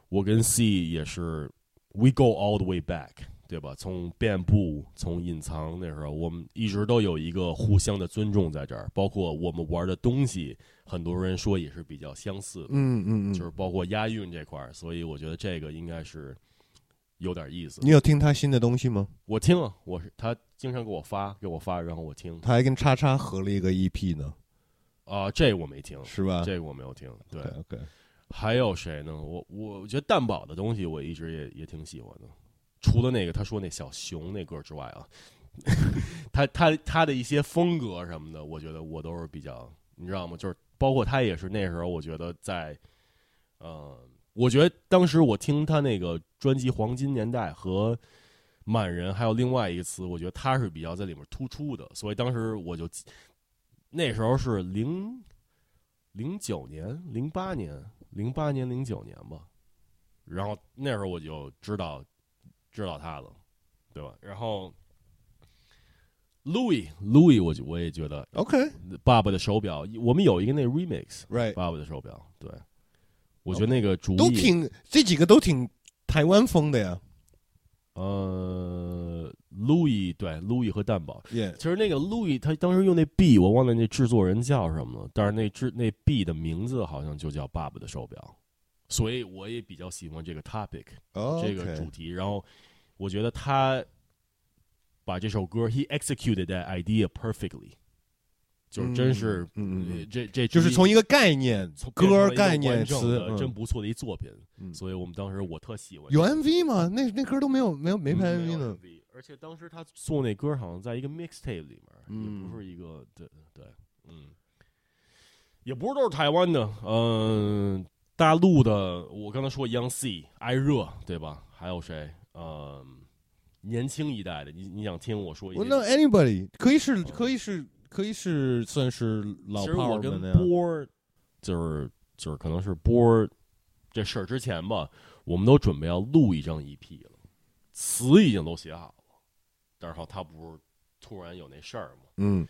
B: 我跟 C 也是，we go all the way back，对吧？从遍布，从隐藏那时候，我们一直都有一个互相的尊重在这儿，包括我们玩的东西，很多人说也是比较相似的，
A: 嗯嗯
B: 就是包括押韵这块儿，所以我觉得这个应该是有点意思。
A: 你有听他新的东西吗？
B: 我听了，我是他经常给我发，给我发，然后我听
A: 他还跟叉叉合了一个 EP 呢，
B: 啊、这个我没听，
A: 是啊吧？
B: 这个我没有听。对，
A: OK，
B: 还有谁呢？我我我觉得蛋堡的东西我一直也也挺喜欢的，除了那个他说那小熊那歌之外啊， 他他他的一些风格什么的，我觉得我都是比较，你知道吗？就是包括他也是那时候，我觉得在，呃，我觉得当时我听他那个专辑《黄金年代》和《满人》，还有另外一个词，我觉得他是比较在里面突出的，所以当时我就那时候是零零九年、零八年、零八年、零九年吧，然后那时候我就知道知道他了，对吧？然后 Louis Louis，我就我也觉得
A: OK，Right，
B: 爸爸的手表，我们有一个那 remix 爸爸的手表，对，我觉得那个主意
A: 都挺这几个都挺台湾风的呀。
B: 呃，Louis 对 Louis 和蛋堡，
A: 耶，
B: 其实那个 Louis 他当时用那 B，我忘了那制作人叫什么了，但是那制那 B 的名字好像就叫爸爸的手表，所以我也比较喜欢这个 topic。这
A: 哦
B: 个主题。然后我觉得他把这首歌，he executed that idea perfectly，就是真是、
A: 嗯嗯
B: 呃这这
A: 就是从一个概念
B: 从变成
A: 歌
B: 了一个
A: 概念
B: 完整
A: 词
B: 的，真不错的一作品。
A: 嗯
B: 所以我们当时我特喜欢
A: 有 MV 吗？那那歌都没有，没有没
B: 嗯没
A: 拍
B: 没
A: MV
B: 有
A: 呢。
B: MV 而且当时他做那歌好像在一个 mixtape 里面，也
A: 嗯
B: 不是一个对对，嗯，也不是都是台湾的，嗯、大陆的，我刚才说 Young C、艾热，对吧？还有谁？嗯、年轻一代的，你你想听我说一
A: 我
B: 些？
A: 那 anybody 可以是可以是可以是算是老
B: 其实我
A: 炮儿
B: 跟
A: 们那样。
B: 波儿，就是就是可能是波儿这事儿之前吧，我们都准备要录一张 EP 了，词已经都写好了，但是好他不是突然有那事儿嘛，
A: 嗯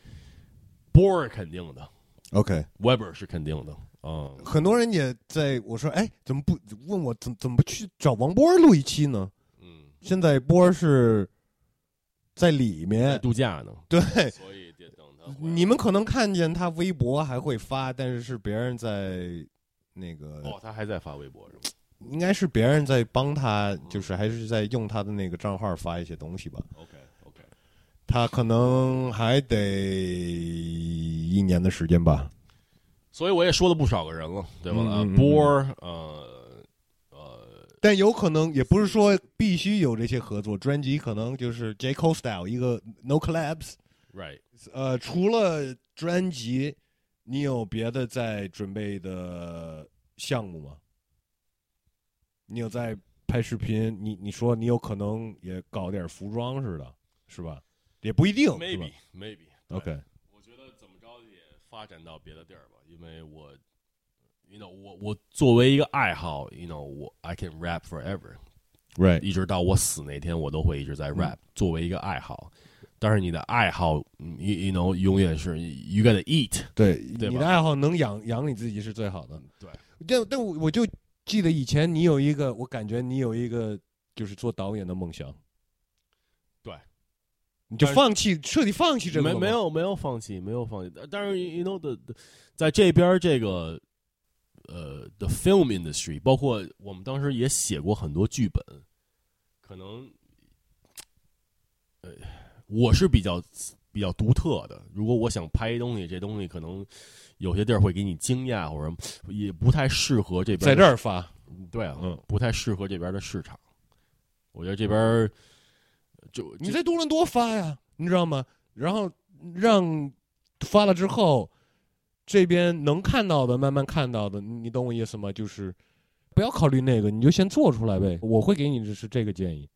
B: 波儿肯定的
A: ，OK，
B: ，Weber 是肯定的，嗯，
A: 很多人也在我说，哎，怎么不问我怎怎么不去找王波录一期呢？
B: 嗯，
A: 现在波是在里
B: 在
A: 面，
B: 度假呢，
A: 对，
B: 哎所以得等他回来。
A: 你们可能看见他微博还会发，但是是别人在那个，
B: 哦，他还在发微博是吗？
A: 应该是别人在帮他，就是还是在用他的那个账号发一些东西吧。
B: OK OK，
A: 他可能还得一年的时间吧。
B: 所以我也说了不少个人了，对吧？
A: 嗯
B: 啊
A: 嗯嗯
B: 波儿，呃呃，
A: 但有可能也不是说必须有这些合作，专辑可能就是 J Cole Style 一个 No Collabs，
B: right，
A: 呃，除了专辑，你有别的在准备的项目吗？你有在拍视频？你你说你有可能也搞点服装似的，是吧？也不一定是吧
B: maybe maybe 对
A: OK，
B: 我觉得怎么着也发展到别的地儿吧，因为我，you know，我我作为一个爱好，you know，我 I can rap forever，
A: right，
B: 一直到我死那天，我都会一直在 rap，、作为一个爱好。但是你的爱好嗯，you you know，永远是 you gotta eat，
A: 对，
B: 对
A: 你
B: 吧嗯
A: 的爱好能养养你自己是最好的。
B: 对，
A: 但但我我就记得以前你有一个，我感觉你有一个就是做导演的梦想。
B: 对，
A: 你就
B: 但是
A: 放弃，彻底放弃这个
B: 没
A: 了
B: 没
A: 吗
B: 有没有放弃，没有放弃。但但是 you know 的，在这边儿这个呃 the film industry，包括我们当时也写过很多剧本，可能呃我是比较比较独特的。如果我想拍一东西，这东西可能有些地儿会给你惊讶，或者也不太适合这边的
A: 在这儿发，
B: 对啊，
A: 嗯
B: 不太适合这边的市场。我觉得这边儿就
A: 你在多伦多发呀，你知道吗？然后让发了之后，这边能看到的慢慢看到的，你你懂我意思吗？就是不要考虑那个，你就先做出来呗。我会给你是这个建议，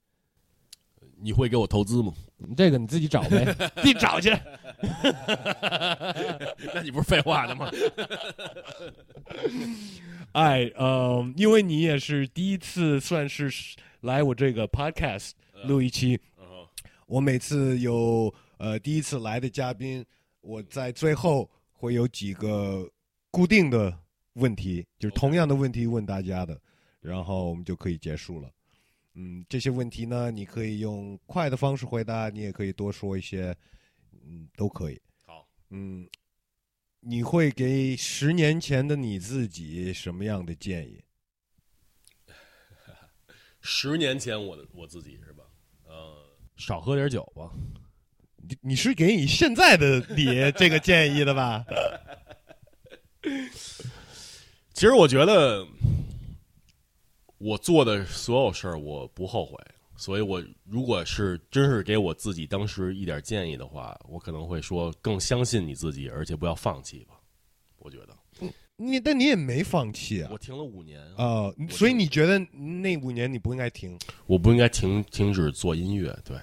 B: 你会给我投 资吗？
A: 这个你自己找呗，自己找去。
B: 那你不是废话的吗？
A: 哎，呃，因为你也是第一次算是来我这个 podcast 录一期，
B: 嗯
A: 我每次有呃第一次来的嘉宾，我在最后会有几个固定的问题，就是
B: OK
A: 同样的问题问大家的，然后我们就可以结束了。嗯，这些问题呢，你可以用快的方式回答，你也可以多说一些，嗯，都可以。
B: 好，
A: 嗯，你会给十年前的你自己什么样的建议？
B: 十年前我的我自己是吧？呃，少喝点酒吧。
A: 你你是给你现在的你这个建议的吧？
B: 其实我觉得我做的所有事儿我不后悔，所以我如果是真是给我自己当时一点建议的话，我可能会说更相信你自己，而且不要放弃吧。我觉得
A: 你但你也没放弃啊
B: 我。停了五年，
A: 哦，
B: 就
A: 所以你觉得那五年你不应该停？
B: 我不应该停停止做音乐。对，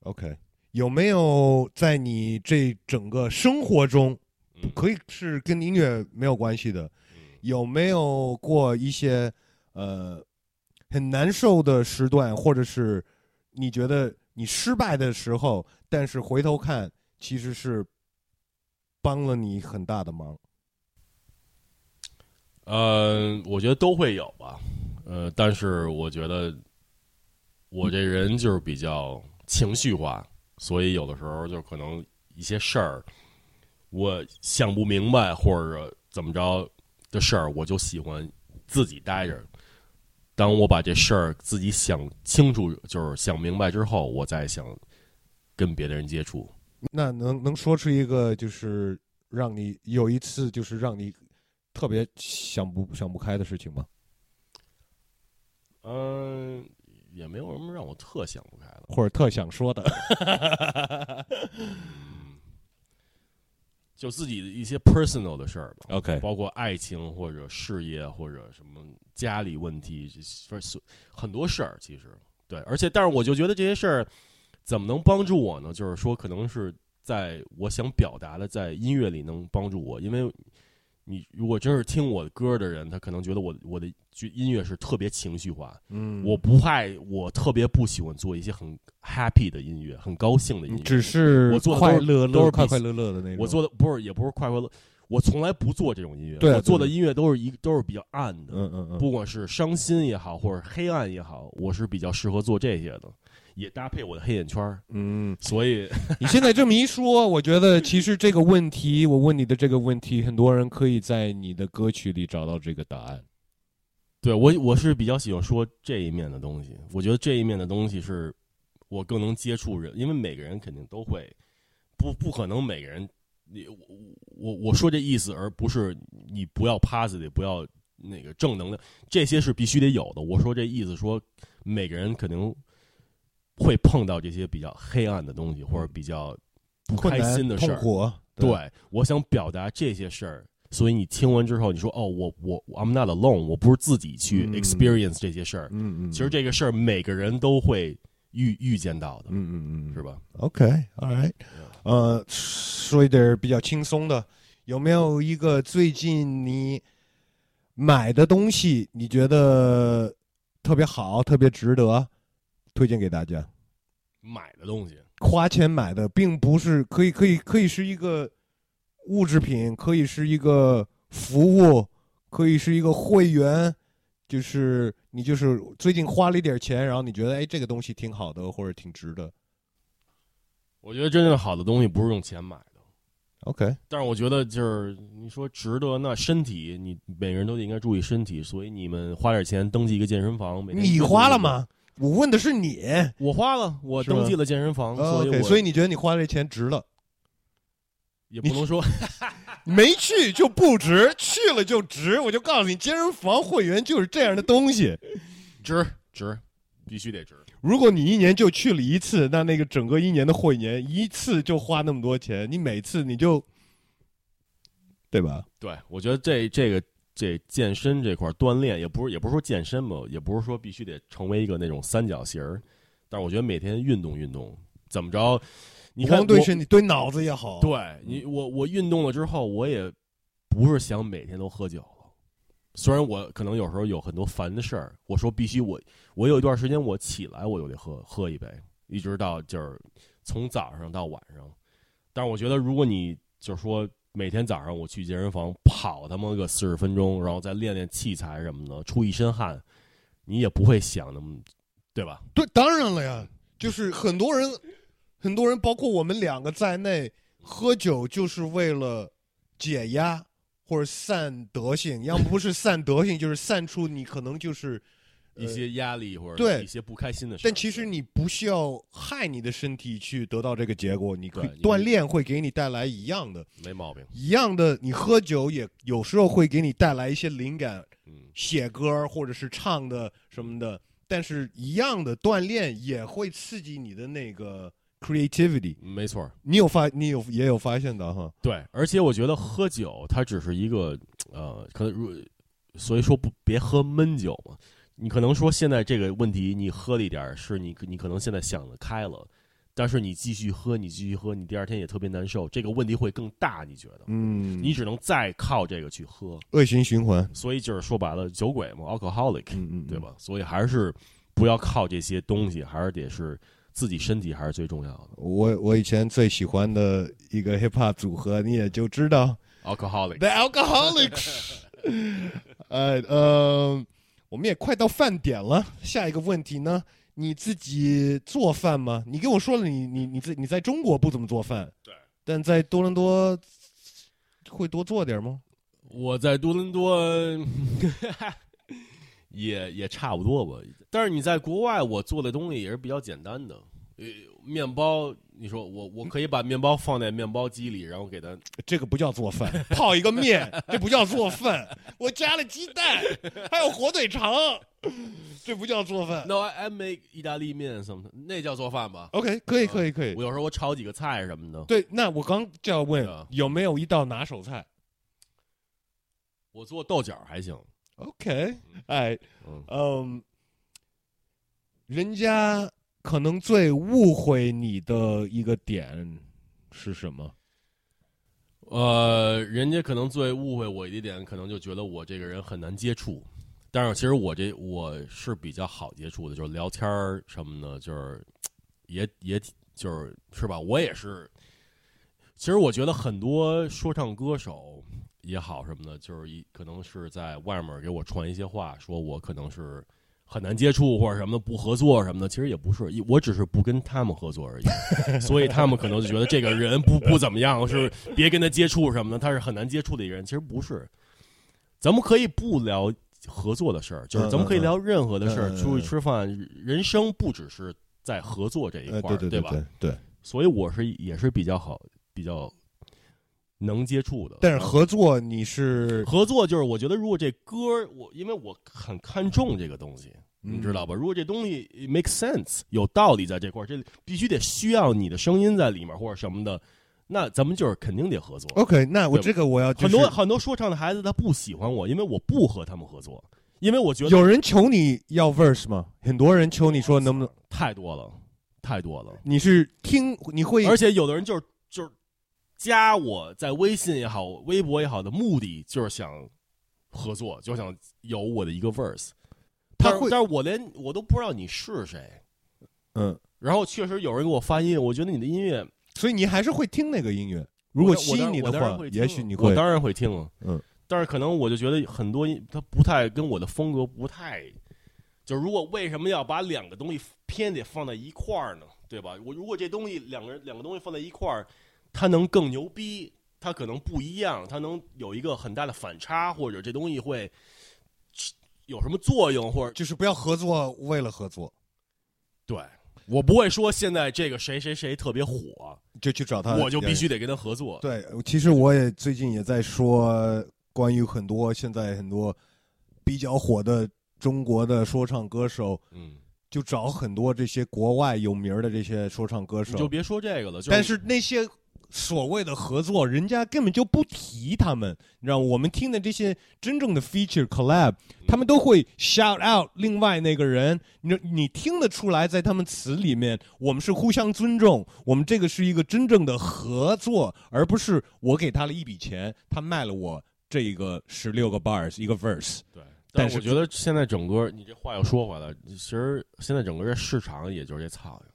A: OK，有没有在你这整个生活中，
B: 嗯
A: 可以是跟音乐没有关系的，
B: 嗯
A: 有没有过一些呃很难受的时段，或者是你觉得你失败的时候，但是回头看其实是帮了你很大的忙？
B: 呃，我觉得都会有吧。呃，但是我觉得我这人就是比较情绪化，所以有的时候就可能一些事儿我想不明白或者怎么着的事儿，我就喜欢自己待着。当我把这事儿自己想清楚，就是想明白之后，我再想跟别的人接触。
A: 那能能说出一个就是让你有一次就是让你特别想不想不开的事情吗？
B: 嗯、也没有什么让我特想不开的。
A: 或者特想 说的？
B: 就自己的一些 personal 的事儿吧
A: OK
B: 包括爱情或者事业或者什么家里问题，这是很多事儿其实对，而且但是我就觉得这些事儿怎么能帮助我呢？就是说，可能是在我想表达的，在音乐里能帮助我，因为你如果真是听我的歌的人，他可能觉得我我的就音乐是特别情绪化，
A: 嗯，
B: 我不爱，我特别不喜欢做一些很 happy 的音乐，很高兴的音乐。
A: 只嗯是
B: 我做的都
A: 快
B: 是
A: 乐
B: 都
A: 乐
B: 是
A: 快
B: 比
A: 快乐乐的那种。
B: 我做的不是，也不是快快乐，我从来不做这种音乐。
A: 对
B: 我做的
A: 对
B: 音乐都是一都是比较暗的，
A: 嗯嗯嗯，
B: 不管是伤心也好，或者黑暗也好，我是比较适合做这些的，也搭配我的黑眼圈儿。
A: 嗯，
B: 所以，
A: 你现在这么一说，我觉得其实这个问题，我问你的这个问题，很多人可以在你的歌曲里找到这个答案。
B: 对我我是比较喜欢说这一面的东西。我觉得这一面的东西是我更能接触人，因为每个人肯定都会，不不可能每个人，你我我我说这意思，而不是你不要 positive，不要那个正能量，这些是必须得有的。我说这意思说，每个人肯定会碰到这些比较黑暗的东西，或者比较不
E: 困
B: 开
E: 难
B: 心的事
E: 痛
B: 儿。
E: 苦，
A: 嗯
B: 对，我想表达这些事儿，所以你听完之后，你说哦，我我 I'm not alone，我不是自己去
A: 嗯
B: experience 这些事儿。
A: 嗯嗯，
B: 其实这个事儿每个人都会遇遇见到的，
A: 嗯嗯嗯
B: 是吧？
E: ，OK，All right，
A: 呃，说一点儿比较轻松的，有没有一个最近你买的东西，你觉得特别好、特别值得推荐给大家？
B: 买的东西，
A: 花钱买的，并不是可以可以可以是一个物质品，可以是一个服务，可以是一个会员，就是你就是最近花了一点钱，然后你觉得哎这个东西挺好的或者挺值的。
B: 我觉得真正好的东西不是用钱买的。
E: OK，
B: 但是我觉得就是你说值得，那身体你每个人都得应该注意身体，所以你们花点钱登记一个健身房，每天
A: 你
B: 运动
A: 花了
B: 运动？
A: 吗？我问的是你，
B: 我花了，我
A: 是吗
B: 登记了健身房，嗯所
A: 哦
B: 以
A: OK，
B: 我
A: 所以你觉得你花这钱值了？
B: 也不能说
A: 没去就不值，去了就值。我就告诉你，健身房会员就是这样的东西。
B: 值值，必须得值。
A: 如果你一年就去了一次，那那个整个一年的会员一次就花那么多钱，你每次你就，对吧？
B: 对，我觉得这这个这健身这块儿锻炼也不是也不是说健身吧，也不是说必须得成为一个那种三角形儿，但是我觉得每天运动运动，怎么着，你
A: 不
B: 看
A: 光对
B: 我
A: 身体，对脑子也好。
B: 对你我我运动了之后，我也不是想每天都喝酒了，虽然我可能有时候有很多烦的事儿，我说必须我我有一段时间我起来我就得喝喝一杯，一直到就是从早上到晚上，但是我觉得如果你就是说每天早上我去健身房跑他妈个四十分钟，然后再练练器材什么的，出一身汗，你也不会想那么。对吧？
A: 对，当然了呀，就是很多人，很多人，包括我们两个在内，喝酒就是为了解压或者散德性，要不是散德性，就是散出你可能就是
B: 一些压力或者
A: 对
B: 一些不开心的事儿，
A: 但其实你不需要害你的身体去得到这个结果，你可以
B: 对
A: 锻炼会给你带来一样的、
B: 没毛病。
A: 一样的。你喝酒也有时候会给你带来一些灵感，
B: 嗯，
A: 写歌或者是唱的什么的，但是一样的锻炼也会刺激你的那个 creativity。
B: 没错儿。
A: 你有发，你有也有发现的哈？
B: 对，而且我觉得喝酒它只是一个呃，可能如所以说不别喝闷酒嘛。你可能说现在这个问题，你喝了一点儿，是你你可能现在想得开了，但是你继续喝，你继续喝，你第二天也特别难受，这个问题会更大。你觉得？
A: 嗯，
B: 你只能再靠这个去喝，
A: 恶性循环，
B: 所以就是说白了，酒鬼嘛，alcoholic，
A: 嗯嗯，
B: 对？吧？所以还是不要靠这些东西，还是得是自己身体还是最重要的。
A: 我我以前最喜欢的一个 hip hop 组合，你也就知道，
B: alcoholic，
A: The Alcoholics。呃呃，我们也快到饭点了，下一个问题呢？你自己做饭吗？你跟我说了你，你你在你在中国不怎么做饭，
B: 对，
A: 但在多伦多会多做点吗？
B: 我在多伦多也也差不多吧，但是你在国外，我做的东西也是比较简单的。呃，面包，你说我我可以把面包放在面包机里，然后给它
A: 这个不叫做饭，泡一个面，这不叫做饭。我加了鸡蛋，还有火腿肠，这不叫做饭。
B: ，no I I make 意大利面什么的，那叫做饭吧。
A: OK，可以可以可以。
B: 我有时候我炒几个菜什么的，
A: 对，那我刚就要问
B: 对啊
A: 有没有一道拿手菜
B: 我做豆角还行。
A: ？OK，哎，
B: 嗯，
A: 嗯，人家可能最误会你的一个点是什么？
B: 呃，人家可能最误会我一点，可能就觉得我这个人很难接触。但是其实我这我是比较好接触的，就是聊天儿什么的，就是也也就是是吧？我也是。其实我觉得很多说唱歌手也好什么的，就是一可能是在外面给我传一些话，说我可能是很难接触或者什么的，不合作什么的。其实也不是，一我只是不跟他们合作而已。 所以他们可能就觉得这个人不不怎么样，是别跟他接触什么的，他是很难接触的一个人。其实不是，咱们可以不聊合作的事儿，就是咱们可以聊任何的事儿，
A: 嗯嗯嗯嗯
B: 出去吃饭，人生不只是在合作这一
A: 呃，
B: 块儿，
A: 对对
B: 吧？
A: 对对。
B: 所以我是也是比较好，比较能接触的。嗯
A: 但是合作你是
B: 合作就是，我觉得如果这歌儿我因为我很看重这个东西，你知道
A: 嗯
B: 吧？如果这东西 make sense 有道理在这块儿，这必须得需要你的声音在里面或者什么的，那咱们就是肯定得合作。
A: 嗯 OK，那我
B: 对吧
A: 这个我要哦就
B: 很
A: 是
B: 多很多说唱的孩子他不喜欢我，因为我不和他们合作，因为我觉得
A: 有人求你要 verse 吗？很多人求你说能不能？
B: 太多了，太多了。
A: 你是听你会
B: 而且有的人就是就是加我在微信也好，微博也好的目的就是想合作，就想有我的一个 verse。
A: 他
B: 但是
A: 会
B: 但是我连我都不知道你是谁。
A: 嗯，
B: 然后确实有人给我发音乐，我觉得你的音乐
A: 所以你还是会听那个音乐。如果
B: 我
A: 吸引你的
B: 我当然
A: 话
B: 会，听
A: 也许你
B: 我
A: 会。
B: 当然会听了，
A: 嗯，
B: 但是可能我就觉得很多音它不太跟我的风格不太，就如果为什么要把两个东西偏得放在一块儿呢？对吧？我如果这东西两个人两个东西放在一块儿，它能更牛逼，它可能不一样，它能有一个很大的反差，或者这东西会有什么作用，或者
A: 就是不要合作，为了合作
B: 对。我不会说现在这个谁谁谁特别火，
A: 就去找他，
B: 我就必须得跟他合作。
A: 啊对，其实我也最近也在说关于很多现在很多比较火的中国的说唱歌手，
B: 嗯，
A: 就找很多这些国外有名儿的这些说唱歌
B: 你就
A: 手，
B: 别说这个了。就
A: 但是那些所谓的合作，人家根本就不提他们，你知道我们听的这些真正的 feature collab，他
B: 嗯
A: 们都会 shout out 另外那个人，你你听得出来，在他们词里面，我们是互相尊重，我们这个是一个真正的合作，而不是我给他了一笔钱，他卖了我这个十六个 bars 一个 verse，
B: 对，
A: 但
B: 但
A: 是
B: 我觉得现在整个你这话又说回来，其实现在整个这市场也就是这操性。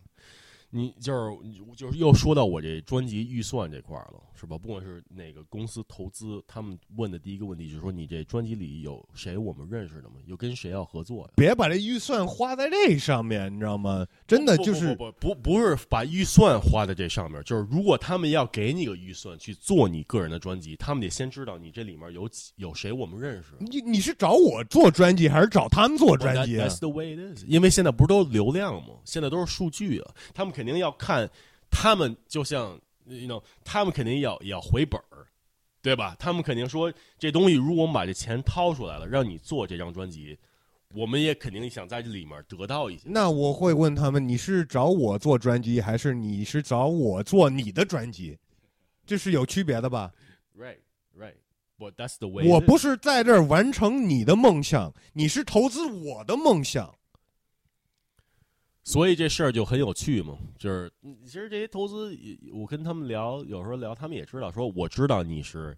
B: 你就是你就是又说到我这专辑预算这块儿了，是吧？不管是哪个公司投资，他们问的第一个问题就是说，你这专辑里有谁我们认识的吗？有跟谁要合作呀？
A: 别把这预算花在这上面，你知道吗？真的就是
B: 不不不不不是把预算花在这上面，就是如果他们要给你个预算去做你个人的专辑，他们得先知道你这里面有几有谁我们认识。
A: 你你是找我做专辑，还是找他们做专辑、
B: That-
A: 啊？
B: That's the way it is。因为现在不是都流量吗？现在都是数据啊，他们肯定要看，他们就像，you know，他们肯定要也要回本儿，对吧？他们肯定说这东西，如果我们把这钱掏出来了，让你做这张专辑，我们也肯定想在这里面得到一些。
A: 那我会问他们：你是找我做专辑，还是你是找我做你的专辑？这是有区别的吧？
B: Right, right. But that's the way. it
A: 我
B: is
A: 不是在这儿完成你的梦想，你是投资我的梦 想。
B: 所以这事儿就很有趣嘛，就是嗯其实这些投资，也我跟他们聊，有时候聊，他们也知道，说我知道你是，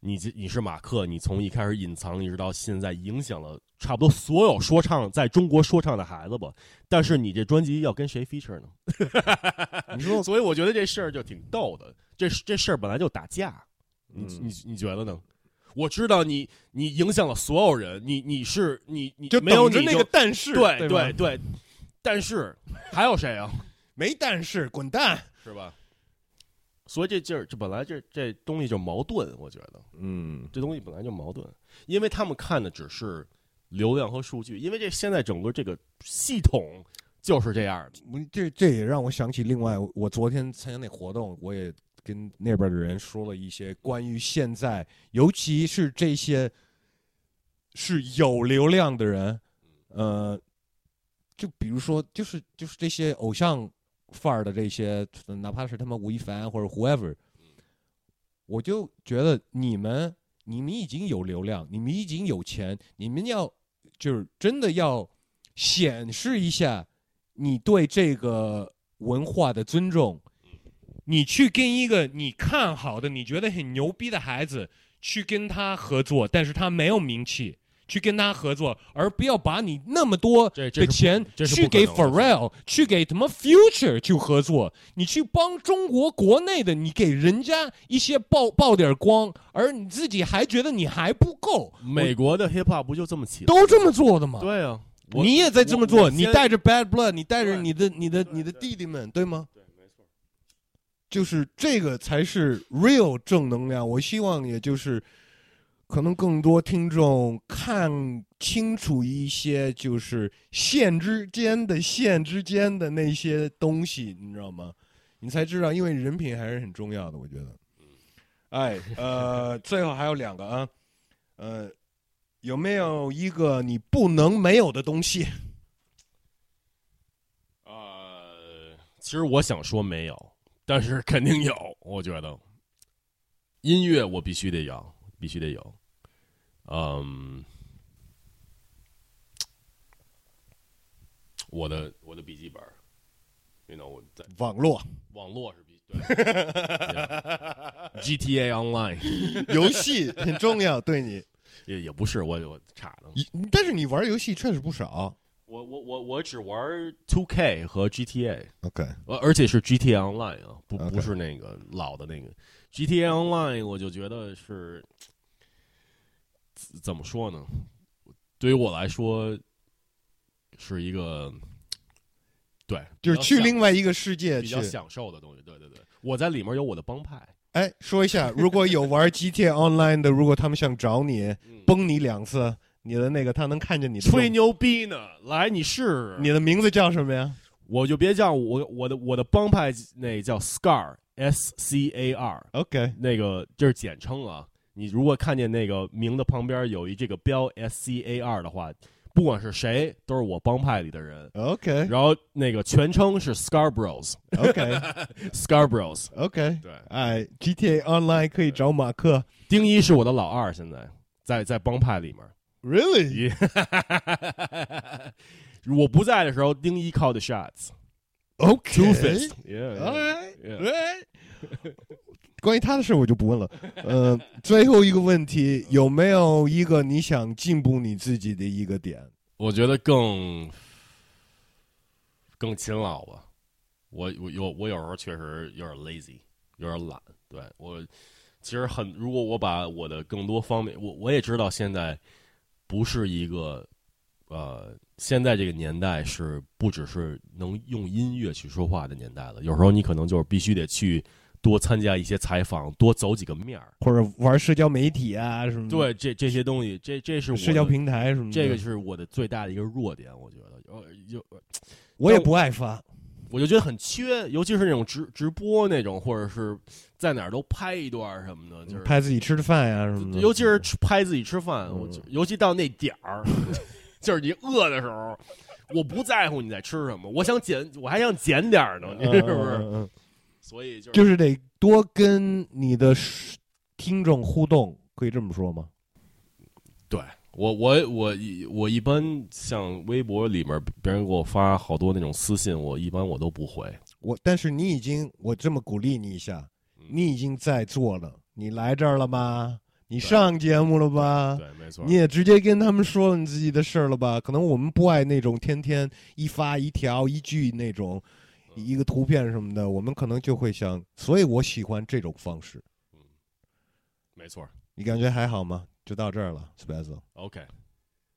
B: 你这你是马克，你从一开始隐藏一直到现在，影响了差不多所有说唱在中国说唱的孩子吧。但是你这专辑要跟谁 feature 呢？
A: 你说
B: 所以我觉得这事儿就挺逗的，这这事儿本来就打架，你你你觉得呢？我知道你你影响了所有人，你你是你你
A: 就
B: 没有
A: 等着
B: 你
A: 那个但是，
B: 对
A: 对吧
B: 对对，但是还有谁啊？
A: 没但是，滚蛋。
B: 是吧？所以这劲儿，这本来这这东西就矛盾，我觉得
A: 嗯，
B: 这东西本来就矛盾，因为他们看的只是流量和数据，因为这现在整个这个系统就是这样的。
A: 这这也让我想起另外，我昨天参加那活动，我也跟那边的人说了一些关于现在，尤其是这些是有流量的人，呃，就比如说，就是就是这些偶像范儿的这些，呃哪怕是他们吴亦凡或者 whoever，我就觉得你们你们已经有流量，你们已经有钱，你们要就是真的要显示一下你对这个文化的尊重，你去跟一个你看好的、你觉得很牛逼的孩子去跟他合作，但是他没有名气，去跟他合作，而不要把你那么多
B: 这这
A: 的
B: 是不
A: 钱
B: 这是
A: 去
B: 不可
A: 给
B: 能的
A: Pharrell，去给他妈 Future 去合作，你去帮中国国内的，你给人家一些曝曝点光，而你自己还觉得你还不够，
B: 美国的 hip hop 不就这么起来？
A: 都这么做的吗？
B: 对啊，我
A: 你也在这么
B: 我
A: 做，
B: 我
A: 你
B: 先
A: 带着 Bad Blood，你带着
B: 对
A: 你的、你的、你的
B: 对
A: 弟弟们，对吗？
B: 对，没错。
A: 就是这个才是 real 正能量。我希望，也就是可能更多听众看清楚一些，就是线之间的线之间的那些东西，你知道吗？你才知道，因为人品还是很重要的，我觉得。哎，呃，最后还有两个啊，呃，有没有一个你不能没有的东西？
B: 呃，其实我想说没有，但是肯定有，我觉得音乐我必须得有，必须得有。嗯，我的我的笔记本，you know，我在
A: 网络、
B: 网络是必对 yeah，GTA Online
A: 游戏很重要，对你。
B: 也也不是我我差了，
A: 但是你玩游戏确实不少。
B: 我我我我只玩 Two K 和 GTA。
A: OK，
B: 呃，而且是 GTA Online 啊，不
A: OK
B: 不是那个老的那个 GTA Online，我就觉得是怎怎么说呢？对于我来说，是一个对，
A: 就是
B: 比较
A: 去
B: 享
A: 另外一个世界
B: 比
A: 去
B: 较。享受的东西。对对对，我在里面有我的帮派，
A: 哎，说一下，如果有玩 GTA Online 的，如果他们想找你，
B: 嗯
A: 崩你两次，你的那个他能看见你的
B: 吹
A: 动
B: 牛逼呢，来你试试，
A: 你的名字叫什么呀？
B: 我就别叫我我的我的帮派那叫 Scar S C A R。
A: OK，
B: 那个这是简称啊。你如果看见那个名的旁边有一这个标 S C A R 的话，不管是谁，都是我帮派里的人。
A: OK，
B: 然后那个全称是 Scarboroughs，Scarboroughs
A: OK，
B: Scarboroughs。
A: OK，
B: 对，
A: 哎，GTA Online 可以找马克
B: 丁一是我的老二，现在在在帮派里面。
A: ，Really？
B: 一我不在的时候，丁一 call the shots。
A: OK，
B: Two fist。Yeah,
A: All
B: yeah.
A: right，
B: Yeah.
A: right 关于他的事我就不问了。呃，最后一个问题，有没有一个你想进步你自己的一个点？
B: 我觉得更更勤劳吧。我我有我有时候确实有点 lazy，有点懒。对我其实很，如果我把我的更多方面，我我也知道现在不是一个呃，现在这个年代是不只是能用音乐去说话的年代了。有时候你可能就是必须得去多参加一些采访，多走几个面儿。
A: 或者玩社交媒体啊什么的，
B: 对，这这些东西，这这是我
A: 社交
B: 的
A: 平台什么的，
B: 这个是我的最大的一个弱点，我觉得，呃，有
A: 我也不爱发。
B: 我就觉得很缺，尤其是那种直直播那种，或者是在哪儿都拍一段什么的，就是，
A: 拍自己吃的饭呀、什么的，
B: 尤其是吃拍自己吃饭，我就尤其到那点儿， 就是你饿的时候，我不在乎你在吃什么，我想减，我还想减点儿呢，你
A: 嗯
B: 是不是？
A: 嗯嗯嗯
B: 所以就是
A: 就是得多跟你的听众互动，可以这么说吗？
B: 对我，我我一我一般像微博里面别人给我发好多那种私信，我一般我都不回，
A: 我但是你已经，我这么鼓励你一下，
B: 嗯
A: 你已经在做了，你来这儿了吗？你上节目了吧？
B: 对，没错，
A: 你也直接跟他们说了你自己的事儿了吧？可能我们不爱那种天天一发一条一句那种，
B: 嗯
A: 一个图片什么的，我们可能就会想，所以我喜欢这种方式。
B: 没错
A: 你感觉还好吗？就到这儿了 s p e z o
B: ，OK。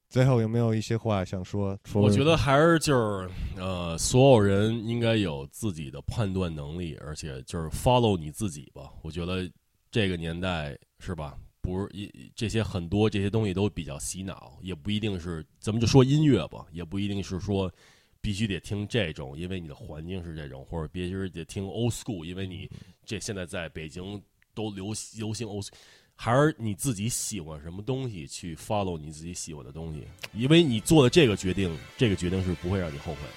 A: 最后有没有一些话想说？除了
B: 我觉得还是就是呃，所有人应该有自己的判断能力，而且就是 follow 你自己吧。我觉得这个年代是吧？不是一这些很多这些东西都比较洗脑，也不一定是咱们就说音乐吧，也不一定是说必须得听这种，因为你的环境是这种，或者必须得听 old school，因为你这现在在北京都流行流行 old school。还是你自己喜欢什么东西去 follow 你自己喜欢的东西，因为你做的这个决定，这个决定是不会让你后悔的。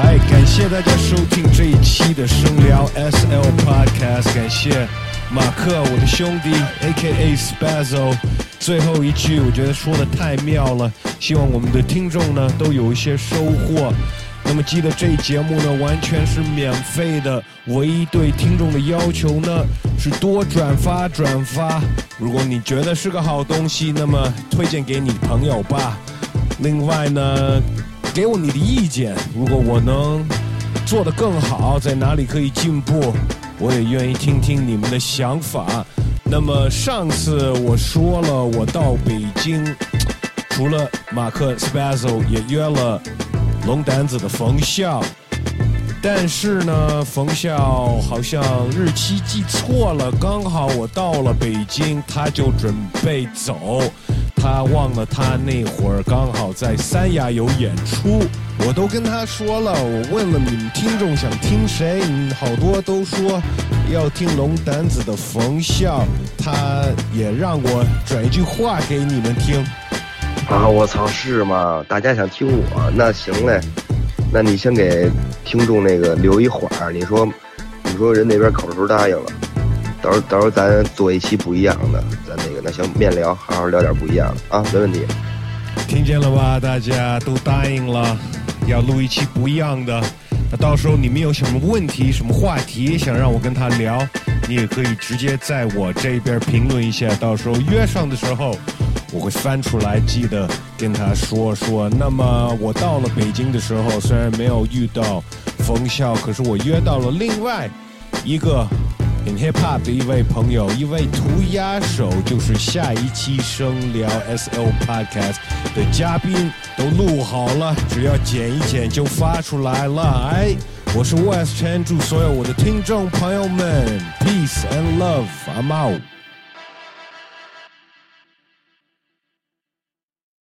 F: 哎，感谢大家收听这一期的声聊 SL Podcast，感谢
A: 马克，我的兄弟，A.K.A. Spazzo。最后一句我觉得说的太妙了，希望我们的听众呢都有一些收获。那么记得这节目呢完全是免费的，唯一对听众的要求呢是多转发转发。如果你觉得是个好东西，那么推荐给你朋友吧。另外呢，给我你的意见，如果我能做得更好，在哪里可以进步，我也愿意听听你们的想法。那么上次我说了，我到北京，除了马克 Spazzo，也约了龙胆子的冯笑。但是呢，冯笑好像日期记错了，刚好我到了北京，他就准备走，他忘了他那会儿刚好在三亚有演出，我都跟他说了，我问了你们听众想听谁，嗯好多都说要听龙胆子的冯笑，他也让我转一句话给你们听。
D: 啊，我操，是吗？大家想听我，那行嘞，那你先给听众那个留一缓儿。你说，你说人那边口头答应了，到时候到时候咱做一期不一样的，咱那个那行面聊，好好聊点不一样的啊，没问题。
A: 听见了吧？大家都答应了，要录一期不一样的。那到时候你们有什么问题、什么话题想让我跟他聊，你也可以直接在我这边评论一下。到时候约上的时候，我会翻出来，记得跟他说说。那么我到了北京的时候，虽然没有遇到冯笑，可是我约到了另外一个 in hip hop 的一位朋友，一位涂鸦手，就是下一期声聊 S L Podcast 的嘉宾都录好了，只要剪一剪就发出来了。哎，我是 West Chen，祝所有我的听众朋友们 peace and love，I'm out。